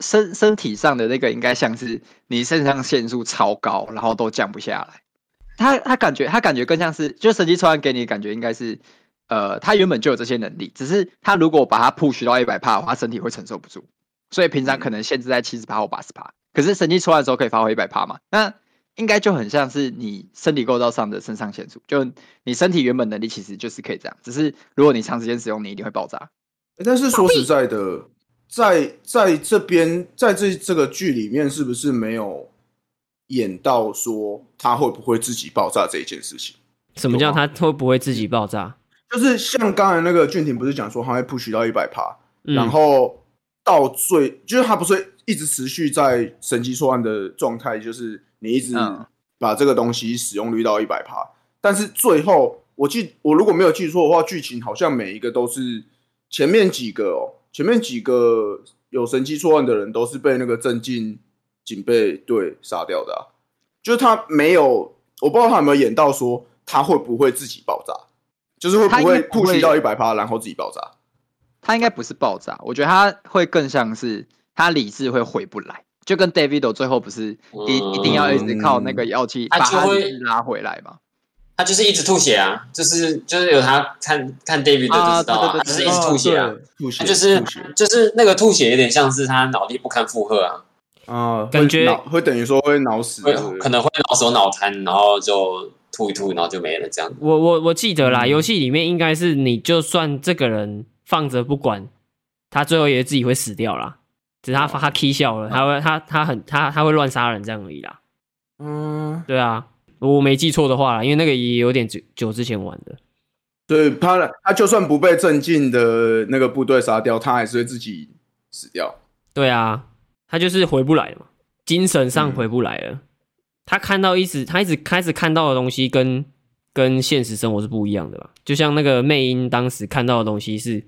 [SPEAKER 3] 身身体上的那个应该像是你肾上腺素超高，然后都降不下来。他他感觉他感觉更像是，就神奇传给你的感觉应该是，呃，他原本就有这些能力，只是他如果把它 push 到一百帕的话，他身体会承受不住，所以平常可能限制在七十帕或八十帕。可是神奇出来的时候可以发挥一百帕嘛？那应该就很像是你身体构造上的肾上腺素，就你身体原本能力其实就是可以这样，只是如果你长时间使用，你一定会爆炸。
[SPEAKER 4] 但是说实在的，在在这边，在这这个剧里面，是不是没有演到说他会不会自己爆炸这一件事情？
[SPEAKER 1] 什么叫他会不会自己爆炸？
[SPEAKER 4] 就是像刚才那个俊廷不是讲说他会 push 到一百趴，
[SPEAKER 1] 嗯
[SPEAKER 4] 然后到最就是他不是一直持续在神级错案的状态，就是你一直
[SPEAKER 3] 嗯
[SPEAKER 4] 把这个东西使用率到一百趴，但是最后我记我如果没有记错的话，剧情好像每一个都是前面几个哦，前面几个有神级错案的人都是被那个镇静警备队杀掉的、啊，就是他没有，我不知道他有没有演到说他会不会自己爆炸。就是会
[SPEAKER 3] 他应
[SPEAKER 4] 不
[SPEAKER 3] 该
[SPEAKER 4] 会
[SPEAKER 3] 不会
[SPEAKER 4] push 到一百趴，然后自己爆炸？
[SPEAKER 3] 他应该不是爆炸，我觉得他会更像是他理智会回不来，就跟 Davido 最后不是一一定要一直靠那个药剂
[SPEAKER 2] 他
[SPEAKER 3] 把
[SPEAKER 2] 就
[SPEAKER 3] 嗯他
[SPEAKER 2] 会
[SPEAKER 3] 理智拉回来嘛？
[SPEAKER 2] 他就是一直吐血啊，就是就是有他看看 David 的就知道
[SPEAKER 3] 啊对对对
[SPEAKER 2] 啊，他就是一直吐血啊，
[SPEAKER 4] 哦，对吐血
[SPEAKER 2] 他就是
[SPEAKER 4] 吐血
[SPEAKER 2] 就是那个吐血有点像是他脑力不堪负荷啊，
[SPEAKER 4] 啊，
[SPEAKER 1] 感
[SPEAKER 4] 会
[SPEAKER 1] 觉
[SPEAKER 4] 脑会等于说会脑死，
[SPEAKER 2] 会
[SPEAKER 3] 嗯
[SPEAKER 4] 对不对
[SPEAKER 2] 可能会脑手脑瘫，然后就吐一吐，然后就没了这样子。
[SPEAKER 1] 我我我记得啦，游戏里面应该是你就算这个人放着不管，他最后也自己会死掉啦。只是他发他 k 笑了，他会他他很他他会乱杀人这样而已啦。
[SPEAKER 4] 嗯，
[SPEAKER 1] 对啊，我没记错的话啦，因为那个也有点久久之前玩的。
[SPEAKER 4] 所以他他就算不被镇静的那个部队杀掉，他还是会自己死掉。
[SPEAKER 1] 对啊，他就是回不来了嘛，精神
[SPEAKER 2] 嗯
[SPEAKER 1] 上回不来了。他看到一直他一直开始看到的东西跟跟现实生活是不一样的吧？就像那个魅音当时看到的东西是，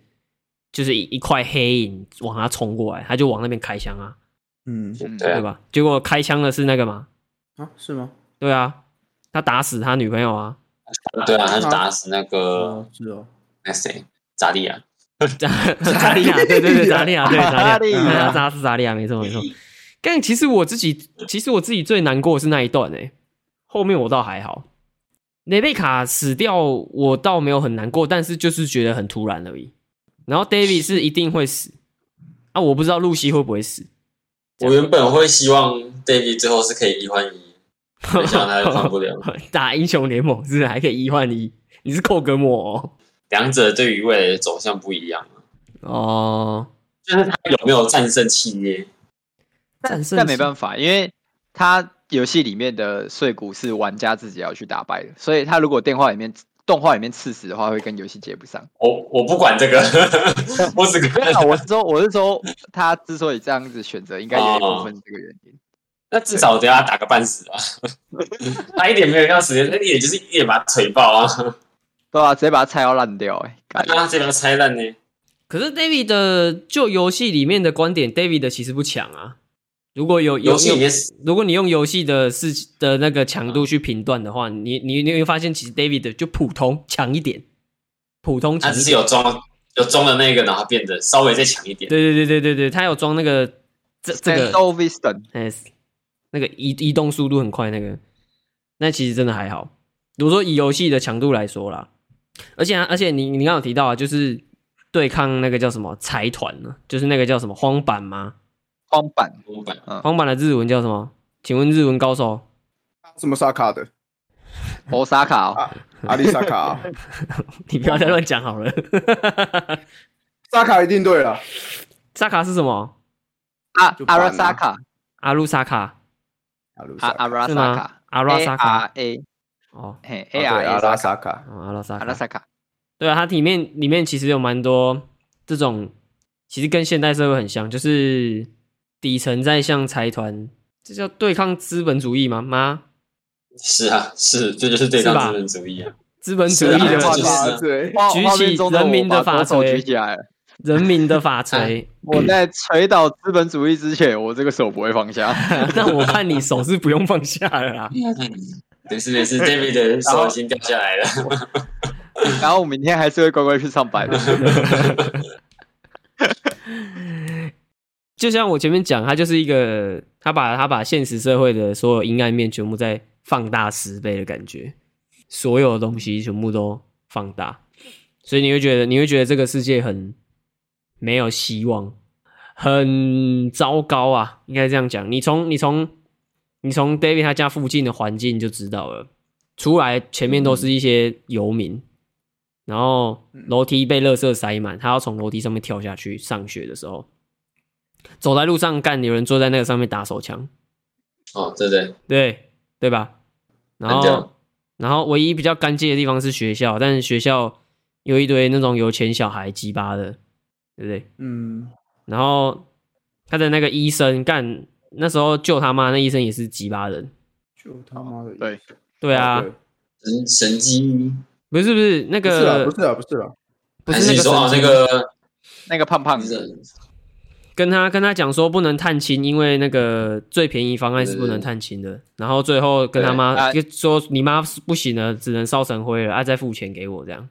[SPEAKER 1] 就是一一块黑影往他冲过来，他就往那边开枪啊，
[SPEAKER 4] 嗯
[SPEAKER 3] 嗯
[SPEAKER 2] 对
[SPEAKER 1] 对
[SPEAKER 2] 啊，
[SPEAKER 1] 吧？结果开枪的是那个嘛，
[SPEAKER 4] 啊，是吗？
[SPEAKER 1] 对啊，他打死他女朋友啊，
[SPEAKER 2] 对啊，他就打死那
[SPEAKER 3] 嗯
[SPEAKER 2] 个，
[SPEAKER 4] 是哦，
[SPEAKER 2] 那谁咋地啊？
[SPEAKER 1] 扎 扎利亚，对对对，扎利亚，对扎
[SPEAKER 3] 扎
[SPEAKER 1] 利
[SPEAKER 3] 利
[SPEAKER 1] 亚
[SPEAKER 3] 亚
[SPEAKER 1] 嗯，他扎是扎利亚，没错没错。但其实我自己，其实我自己最难过的是那一段诶、欸后面我倒还好。雷贝卡死掉，我倒没有很难过，但是就是觉得很突然而已。然后 David 是一定会死啊，我不知道露西会不会死。
[SPEAKER 2] 我原本会希望 David 最后是可以一换一，没想到他就换不 了。
[SPEAKER 1] 打英雄联盟是不是还可以一换一，你是寇格莫
[SPEAKER 2] 两者对于未来的走向不一样，
[SPEAKER 1] 哦，哦
[SPEAKER 2] 就是他有没有战胜企业？
[SPEAKER 1] 战胜
[SPEAKER 3] 但没办法，因为他游戏里面的碎骨是玩家自己要去打败的，所以他如果电话里面动画里面刺死的话，会跟游戏接不上。
[SPEAKER 2] 我我不管这个， 我只
[SPEAKER 3] 没有
[SPEAKER 2] 看
[SPEAKER 3] 啦，我 是说我是说他之所以这样子选择，应该有一部分是这个原因。
[SPEAKER 2] 那至少得要打个半死啊！他一点没有要时间，那一点就是一点把他锤爆啊！
[SPEAKER 3] 对啊，直接把他菜要烂掉、欸，哎，
[SPEAKER 2] 让他这边拆烂呢。
[SPEAKER 1] 可是 David 的就游戏里面的观点，David 的其实不强啊。如果有有
[SPEAKER 2] 游戏里面是
[SPEAKER 1] 有如果你用游戏的事的那个强度去评断的话，你你你会发现，其实 David 的就普通强一点，普通
[SPEAKER 2] 他
[SPEAKER 1] 强
[SPEAKER 2] 只
[SPEAKER 1] 一
[SPEAKER 2] 啊是
[SPEAKER 1] 点。
[SPEAKER 2] 有装有装了那个，然后变得稍微再强一点。
[SPEAKER 1] 对对对对对对，他有装那个这这
[SPEAKER 3] s
[SPEAKER 1] 个
[SPEAKER 3] t o v i s t o n
[SPEAKER 1] 哎，那个移移动速度很快那个，那其实真的还好。如果说以游戏的强度来说啦，而且、啊、而且你你刚刚有提到啊，就是对抗那个叫什么财团呢、就是那个叫什么荒坂吗？
[SPEAKER 3] 荒坂
[SPEAKER 2] 我本来
[SPEAKER 1] 荒坂的日文叫什么？请问日文高手？
[SPEAKER 4] 什么萨卡 的
[SPEAKER 3] 欧萨卡、哦。
[SPEAKER 4] 阿里萨卡啊，
[SPEAKER 1] 你不要再乱讲好了。
[SPEAKER 4] 萨卡一定对了，
[SPEAKER 1] 萨卡是什么？
[SPEAKER 3] 阿
[SPEAKER 4] 就
[SPEAKER 3] 阿
[SPEAKER 4] 板啊
[SPEAKER 3] 拉萨卡，
[SPEAKER 1] 阿鲁萨卡
[SPEAKER 4] 阿鲁
[SPEAKER 3] 阿
[SPEAKER 4] 萨
[SPEAKER 3] 阿
[SPEAKER 4] 卡，
[SPEAKER 3] 拉
[SPEAKER 1] 是
[SPEAKER 3] 萨
[SPEAKER 1] 吗
[SPEAKER 3] 卡？
[SPEAKER 1] 阿拉萨卡
[SPEAKER 3] 啊 A
[SPEAKER 1] 哦，
[SPEAKER 3] 嘿
[SPEAKER 4] 对
[SPEAKER 3] A R
[SPEAKER 4] 阿
[SPEAKER 3] A 萨卡
[SPEAKER 4] 拉萨卡，
[SPEAKER 1] 哦阿鲁萨
[SPEAKER 3] 阿拉
[SPEAKER 1] 卡。
[SPEAKER 3] 萨卡，
[SPEAKER 1] 对啊，它里面里面其实有蛮多这种其实跟现代社会很像，就是底层在向财团，这叫对抗资本主义吗？妈，
[SPEAKER 2] 是啊，是，这就是对
[SPEAKER 1] 是吧
[SPEAKER 2] 抗资本主义啊。
[SPEAKER 1] 资本主
[SPEAKER 2] 是
[SPEAKER 1] 义的
[SPEAKER 2] 啊这
[SPEAKER 4] 画
[SPEAKER 2] 就是
[SPEAKER 4] 大嘴，
[SPEAKER 3] 画
[SPEAKER 1] 举
[SPEAKER 3] 画面
[SPEAKER 1] 起
[SPEAKER 3] 中的
[SPEAKER 1] 人
[SPEAKER 3] 我
[SPEAKER 1] 民的
[SPEAKER 3] 把
[SPEAKER 1] 法
[SPEAKER 3] 左手
[SPEAKER 1] 锤
[SPEAKER 3] 举起来了，
[SPEAKER 1] 人民的法 锤。
[SPEAKER 3] 我在锤倒资本主义之前，我这个手不会 放下。
[SPEAKER 1] 但我看你手是不用放下了啦。
[SPEAKER 2] 没事没事 ，David 的手已经掉下来了。
[SPEAKER 3] 然后我明天还是会乖乖去上班 的。
[SPEAKER 1] 就像我前面讲，他就是一个他把他把现实社会的所有阴暗面全部在放大十倍的感觉，所有的东西全部都放大，所以你会觉得你会觉得这个世界很没有希望，很糟糕啊，应该这样讲。你从你从你从 David 他家附近的环境就知道了，出来前面都是一些游民。然后楼梯被垃圾塞满，他要从楼梯上面跳下去。上学的时候，走在路上干，有人坐在那个上面打手枪，
[SPEAKER 2] 哦，对对，
[SPEAKER 1] 对对吧？然
[SPEAKER 2] 很屌
[SPEAKER 1] 后，然后唯一比较干净的地方是学校，但是学校有一堆那种有钱小孩鸡巴的，对不对？
[SPEAKER 4] 嗯，
[SPEAKER 1] 然后他的那个医生干，那时候救他妈那医生也是鸡巴人，
[SPEAKER 4] 就他妈的，
[SPEAKER 3] 对，
[SPEAKER 1] 对啊，
[SPEAKER 2] 神神机，
[SPEAKER 1] 不是不是那
[SPEAKER 4] 不是啦，
[SPEAKER 1] 个
[SPEAKER 4] 不是啦，不是啦，
[SPEAKER 1] 不
[SPEAKER 2] 还
[SPEAKER 1] 是那
[SPEAKER 2] 是你
[SPEAKER 1] 个
[SPEAKER 2] 说好
[SPEAKER 1] 神
[SPEAKER 2] 那
[SPEAKER 1] 经
[SPEAKER 2] 个
[SPEAKER 3] 那个胖胖
[SPEAKER 2] 不
[SPEAKER 3] 的，
[SPEAKER 2] 是
[SPEAKER 1] 跟他跟他讲说不能探亲，因为那个最便宜方案是不能探亲的。然后最后跟他
[SPEAKER 3] 对
[SPEAKER 1] 妈
[SPEAKER 3] 啊
[SPEAKER 1] 就说你妈不行了，只能烧成灰了，啊再付钱给我这样，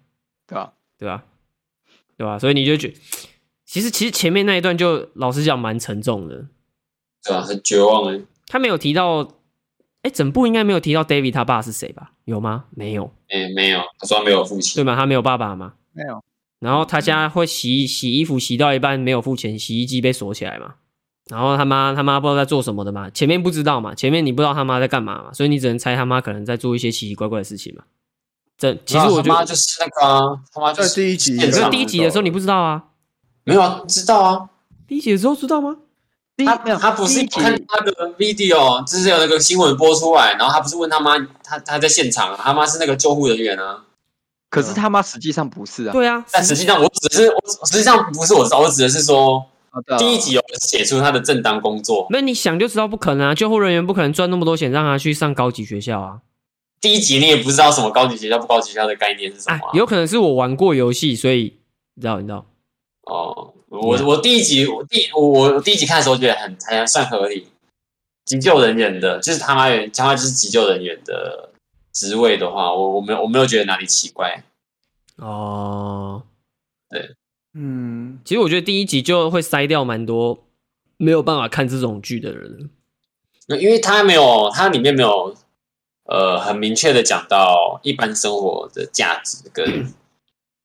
[SPEAKER 3] 对啊吧？
[SPEAKER 1] 对吧？对吧？所以你就觉，其实其实前面那一段就老实讲蛮沉重的。
[SPEAKER 2] 对吧？很绝望哎，
[SPEAKER 1] 他没有提到，哎，整部应该没有提到 David 他爸是谁吧？有吗？没有，
[SPEAKER 2] 哎没有，他说他没有父
[SPEAKER 1] 对
[SPEAKER 2] 亲，
[SPEAKER 1] 吗？他没有爸爸吗？
[SPEAKER 3] 没有，
[SPEAKER 1] 然后他家会洗洗衣服，洗到一半没有付钱，洗衣机被锁起来嘛。然后他妈他妈不知道在做什么的嘛，前面不知道嘛，前面你不知道他妈在干嘛嘛，所以你只能猜他妈可能在做一些奇奇怪怪的事情嘛。这其实
[SPEAKER 2] 那
[SPEAKER 1] 我
[SPEAKER 2] 啊他
[SPEAKER 1] 觉
[SPEAKER 2] 妈
[SPEAKER 1] 得，
[SPEAKER 2] 就是那个啊，他妈就
[SPEAKER 4] 在
[SPEAKER 2] 是
[SPEAKER 4] 第一集
[SPEAKER 2] 现
[SPEAKER 1] 可是
[SPEAKER 2] 场
[SPEAKER 1] 第一集的时候你不知道啊，
[SPEAKER 2] 没有啊，知道啊，
[SPEAKER 1] 第一集的时候知道吗？
[SPEAKER 3] 第一
[SPEAKER 2] 他
[SPEAKER 3] 没有，
[SPEAKER 2] 他不
[SPEAKER 3] 第
[SPEAKER 2] 是
[SPEAKER 3] 一集
[SPEAKER 2] 看那个 video，就是有那个新闻播出来，然后他不是问他妈，他他在现场啊，他妈是那个救护人员啊。
[SPEAKER 3] 可是他妈实际上不是啊。
[SPEAKER 1] 对啊，
[SPEAKER 2] 但实际上我只是我实际上不是我知道，我指的是说
[SPEAKER 3] 啊对啊
[SPEAKER 2] 第一集有写出他的正当工作，
[SPEAKER 1] 那你想就知道不可能啊，救护人员不可能赚那么多钱让他去上高级学校啊。
[SPEAKER 2] 第一集你也不知道什么高级学校不高级学校的概念是什
[SPEAKER 1] 啊
[SPEAKER 2] 么啊、，
[SPEAKER 1] 有可能是我玩过游戏，所以你知道你知道，
[SPEAKER 2] 哦，我我第一集我第我我第一集看的时候觉得很还算合理，急救人员的，就是他妈有他妈就是急救人员的职位的话，我我没有我没有觉得哪里奇怪，
[SPEAKER 1] 哦，
[SPEAKER 4] 嗯，
[SPEAKER 1] 其实我觉得第一集就会筛掉蛮多没有办法看这种剧的人了。
[SPEAKER 2] 因为他没有他里面没有呃很明确的讲到一般生活的价值跟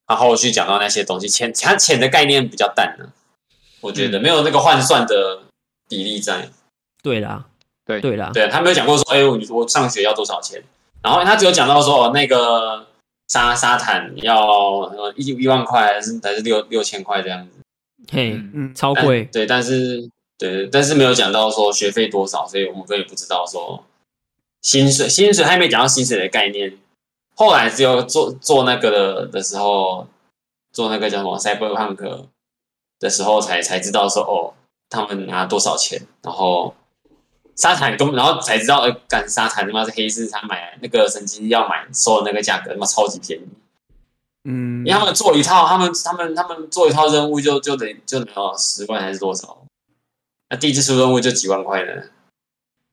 [SPEAKER 2] 他后续讲到那些东西，钱他钱的概念比较淡呢、我觉得没有那个换算的比例在。
[SPEAKER 1] 对啦，
[SPEAKER 3] 对
[SPEAKER 1] 对啦，
[SPEAKER 2] 对他没有讲过说，哎、我我上学要多少钱？然后他只有讲到说，哦，那个沙沙滩要呃一一万块，还是还是六六千块这样子。
[SPEAKER 1] 嘿，
[SPEAKER 3] 嗯
[SPEAKER 4] 嗯，
[SPEAKER 1] 超
[SPEAKER 2] 但
[SPEAKER 1] 贵。
[SPEAKER 2] 对，但是对，但是没有讲到说学费多少，所以我们根本不知道说薪水，薪水还没讲到薪水的概念。后来只有做做那个的的时候，做那个叫什么 cyberpunk 的时候才才知道说，哦，他们拿多少钱，然后。沙坦根本，然后才知道，呃，干沙坦他妈是黑市，他买那个神经要买收的那个价格，他妈超级便宜。
[SPEAKER 4] 嗯
[SPEAKER 2] 因为，他们做一套，他们他们他们做一套任务就就得就拿到十万还是多少？那第一次出任务就几万块呢？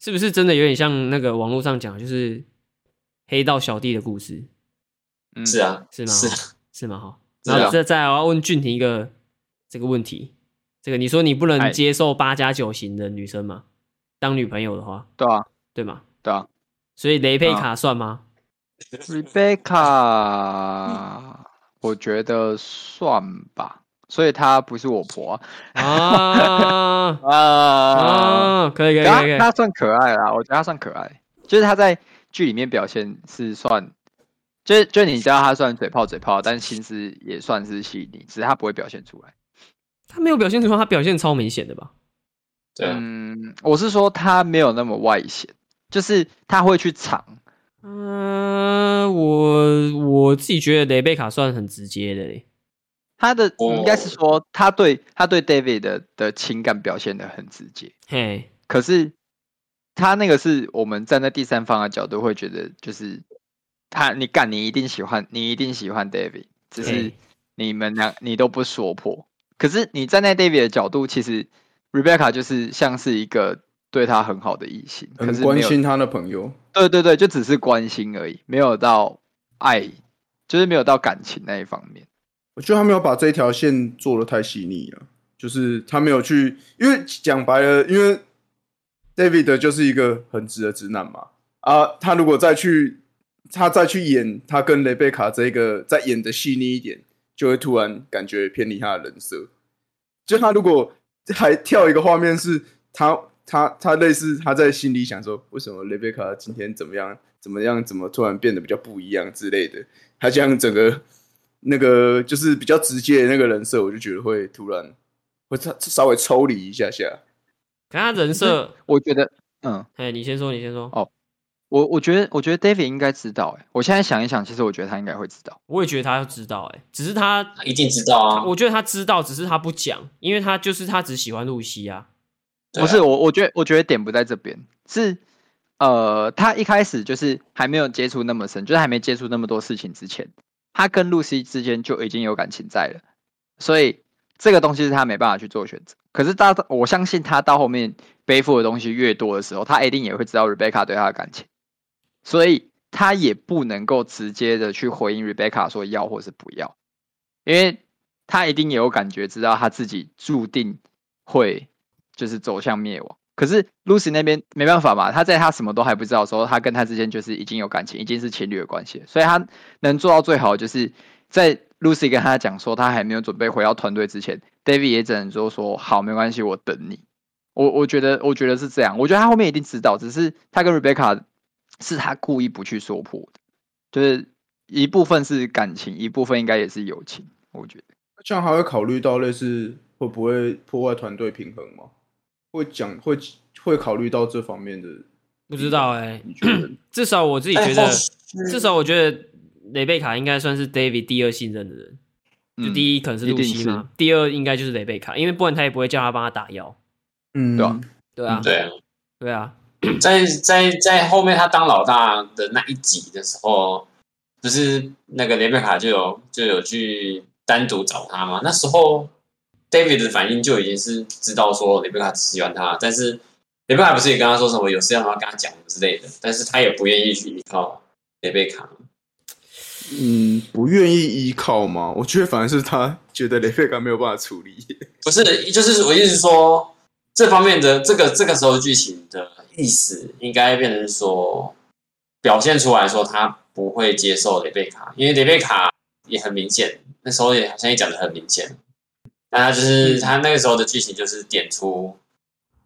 [SPEAKER 1] 是不是真的有点像那个网络上讲，就是黑道小弟的故事，
[SPEAKER 3] 嗯
[SPEAKER 2] 是啊，
[SPEAKER 1] 是吗？
[SPEAKER 2] 是
[SPEAKER 1] 是吗？哈。
[SPEAKER 2] 是啊
[SPEAKER 1] 然后再再来我要问俊廷一个这个问题，这个你说你不能
[SPEAKER 3] 哎
[SPEAKER 1] 接受八加九型的女生吗？当女朋友的话，
[SPEAKER 3] 对啊，
[SPEAKER 1] 对吗？
[SPEAKER 3] 对啊。
[SPEAKER 1] 所以雷佩卡算吗？
[SPEAKER 3] Rebecca，我觉得算吧，所以她不是我婆
[SPEAKER 1] 啊
[SPEAKER 3] 啊。啊
[SPEAKER 1] 啊，可以可以
[SPEAKER 3] 她
[SPEAKER 1] 可以可
[SPEAKER 3] 她
[SPEAKER 1] 以，
[SPEAKER 3] 算可爱啦，我觉得她算可爱，就是她在剧里面表现是算，就是就你知道她算嘴炮嘴炮，但心思也算是细腻，只是她不会表现出来。
[SPEAKER 1] 他没有表现出来，他表现超明显的吧？
[SPEAKER 2] 对啊，
[SPEAKER 3] 嗯，我是说她没有那么外显，就是她会去藏，
[SPEAKER 1] 呃嗯，我我自己觉得雷贝卡算很直接的嘞，
[SPEAKER 3] 他的
[SPEAKER 2] 哦
[SPEAKER 3] 应该是说他对他对 David 的的情感表现的很直接，
[SPEAKER 1] 嘿，
[SPEAKER 3] 可是他那个是我们站在第三方的角度会觉得，就是他你干你一定喜欢你一定喜欢 David，只是
[SPEAKER 1] 对
[SPEAKER 3] 你们俩你都不说破。可是你站在 David 的角度，其实 Rebecca 就是像是一个对他很好的异性，可
[SPEAKER 4] 很
[SPEAKER 3] 是没
[SPEAKER 4] 关
[SPEAKER 3] 有
[SPEAKER 4] 心他的朋友。
[SPEAKER 3] 对对对，就只是关心而已，没有到爱，就是没有到感情那一方面。
[SPEAKER 4] 我觉得他没有把这条线做的太细腻了，就是他没有去，因为讲白了，因为 David 就是一个很直的直男嘛，啊，他如果再去他再去演他跟雷贝卡这个再演的细腻一点，就会突然感觉偏离他的人设。就他如果还跳一个画面是他他他类似他在心里想说，为什么雷贝卡今天怎么样怎么样怎么突然变得比较不一样之类的，他这样整个那个就是比较直接的那个人设，我就觉得会突然会稍稍微抽离一下下。
[SPEAKER 1] 可他人设，
[SPEAKER 3] 我觉得，嗯，
[SPEAKER 1] 哎，你先说，你先说。
[SPEAKER 3] 我我觉得，我觉得 David 应该知道、欸。我现在想一想，其实我觉得他应该会知道。
[SPEAKER 1] 我也觉得他要知道、哎，只是他，
[SPEAKER 2] 他一定知道啊。
[SPEAKER 1] 我觉得他知道，只是他不讲，因为他就是他只喜欢露西啊。
[SPEAKER 2] 对啊
[SPEAKER 3] 不是我，我觉得，我觉得点不在这边，是呃，他一开始就是还没有接触那么深，就是还没接触那么多事情之前，他跟露西之间就已经有感情在了，所以这个东西是他没办法去做选择。可是到我相信他到后面背负的东西越多的时候，他一定也会知道 Rebecca 对他的感情，所以他也不能够直接的去回应 Rebecca 说要或是不要，因为他一定也有感觉知道他自己注定会就是走向灭亡。可是 Lucy 那边没办法嘛，他在他什么都还不知道的时候，他跟他之间就是已经有感情，已经是情侣的关系了，所以他能做到最好，就是在 Lucy 跟他讲说他还没有准备回到团队之前，David 也只能说说好，没关系，我等你。我我觉得我觉得是这样，我觉得他后面一定知道，只是他跟 Rebecca 是他故意不去说破的，就是一部分是感情，一部分应该也是友情，我觉得。
[SPEAKER 4] 这样还会考虑到类似会不会破坏团队平衡吗？会讲会会考虑到这方面的，
[SPEAKER 1] 不知道哎、
[SPEAKER 4] 你觉 得？
[SPEAKER 1] 至少我自己
[SPEAKER 2] 哎
[SPEAKER 1] 觉得，
[SPEAKER 2] 或许
[SPEAKER 1] 至少我觉得雷贝卡应该算是 David 第二信任的人。就
[SPEAKER 3] 嗯
[SPEAKER 1] 第一可能是
[SPEAKER 3] 一
[SPEAKER 1] 露
[SPEAKER 3] 定
[SPEAKER 1] 西
[SPEAKER 3] 是
[SPEAKER 1] 嘛，第二应该就是雷贝卡，因为不然他也不会叫他帮他打药。
[SPEAKER 4] 嗯
[SPEAKER 3] 对啊
[SPEAKER 1] 对啊，
[SPEAKER 2] 对啊，
[SPEAKER 1] 对啊，
[SPEAKER 2] 在在在后面他当老大的那一集的时候，不是那个雷贝卡就有就有去单独找他嘛？那时候 David 的反应就已经是知道说雷贝卡喜欢他，但是雷贝卡不是也跟他说什么有事要跟他讲之类的，但是他也不愿意去依靠雷贝卡。
[SPEAKER 4] 嗯，不愿意依靠吗？我觉得反而是他觉得雷贝卡没有办法处理。
[SPEAKER 2] 不是，就是我意思是说，这方面的这个这个时候剧情的意思，应该变成说，表现出来说他不会接受雷贝卡，因为雷贝卡也很明显，那时候也好像也讲的很明显，但他就是、他那个时候的剧情就是点出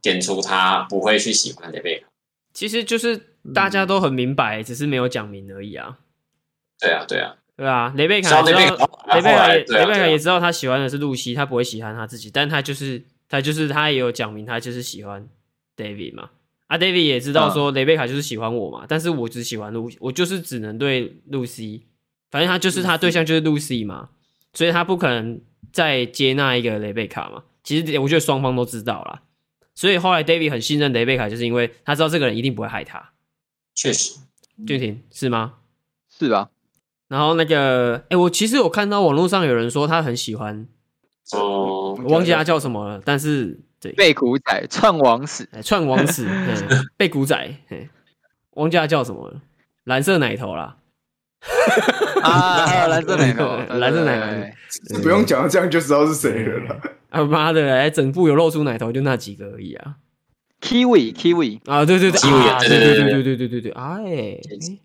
[SPEAKER 2] 点出他不会去喜欢雷贝卡，
[SPEAKER 1] 其实就是大家都很明白，只是没有讲明而已啊。
[SPEAKER 2] 对啊对啊，
[SPEAKER 1] 对啊，雷贝卡
[SPEAKER 2] 像
[SPEAKER 1] 也知
[SPEAKER 2] 雷贝卡
[SPEAKER 1] 道，雷贝
[SPEAKER 2] 后
[SPEAKER 1] 卡
[SPEAKER 2] 来
[SPEAKER 1] 也
[SPEAKER 2] 对啊
[SPEAKER 1] 雷贝卡
[SPEAKER 2] 对啊
[SPEAKER 1] 也知道他喜欢的是露西，他不会喜欢他自己，但他就是他就是他也有讲明他就是喜欢 David 嘛。啊，David 也知道
[SPEAKER 2] 嗯
[SPEAKER 1] 说雷贝卡就是喜欢我嘛，但是我只喜欢露，我就是只能对露西，反正他
[SPEAKER 2] 嗯
[SPEAKER 1] 就是他对象就是露西嘛，所以他不可能再接纳一个雷贝卡嘛。其实我觉得双方都知道啦，所以后来 David 很信任雷贝卡，就是因为他知道这个人一定不会害他。
[SPEAKER 2] 确实，
[SPEAKER 1] 俊廷是吗？
[SPEAKER 3] 是吧？
[SPEAKER 1] 然后那个，哎、我其实有看到网络上有人说他很喜欢，
[SPEAKER 2] 哦、
[SPEAKER 1] 我忘记他叫什么了，但是对，
[SPEAKER 3] 被古仔串王死，
[SPEAKER 1] 哎串王子，嘿被古仔，嘿忘记他叫什么了，蓝色奶头啦，，
[SPEAKER 3] 啊，还有蓝色奶口
[SPEAKER 1] 蓝色奶
[SPEAKER 3] 对
[SPEAKER 1] 口
[SPEAKER 3] 对对
[SPEAKER 4] 不用讲，这样就知道是谁了啦。
[SPEAKER 1] 啊妈的，哎，整部有露出奶头就那几个而已啊，
[SPEAKER 3] ，Kiwi Kiwi，
[SPEAKER 1] 啊，对对对，
[SPEAKER 2] 奇异果
[SPEAKER 1] 啊，
[SPEAKER 2] 对
[SPEAKER 1] 对
[SPEAKER 2] 对
[SPEAKER 1] 对对
[SPEAKER 2] 对
[SPEAKER 1] 对对对对，哎，哎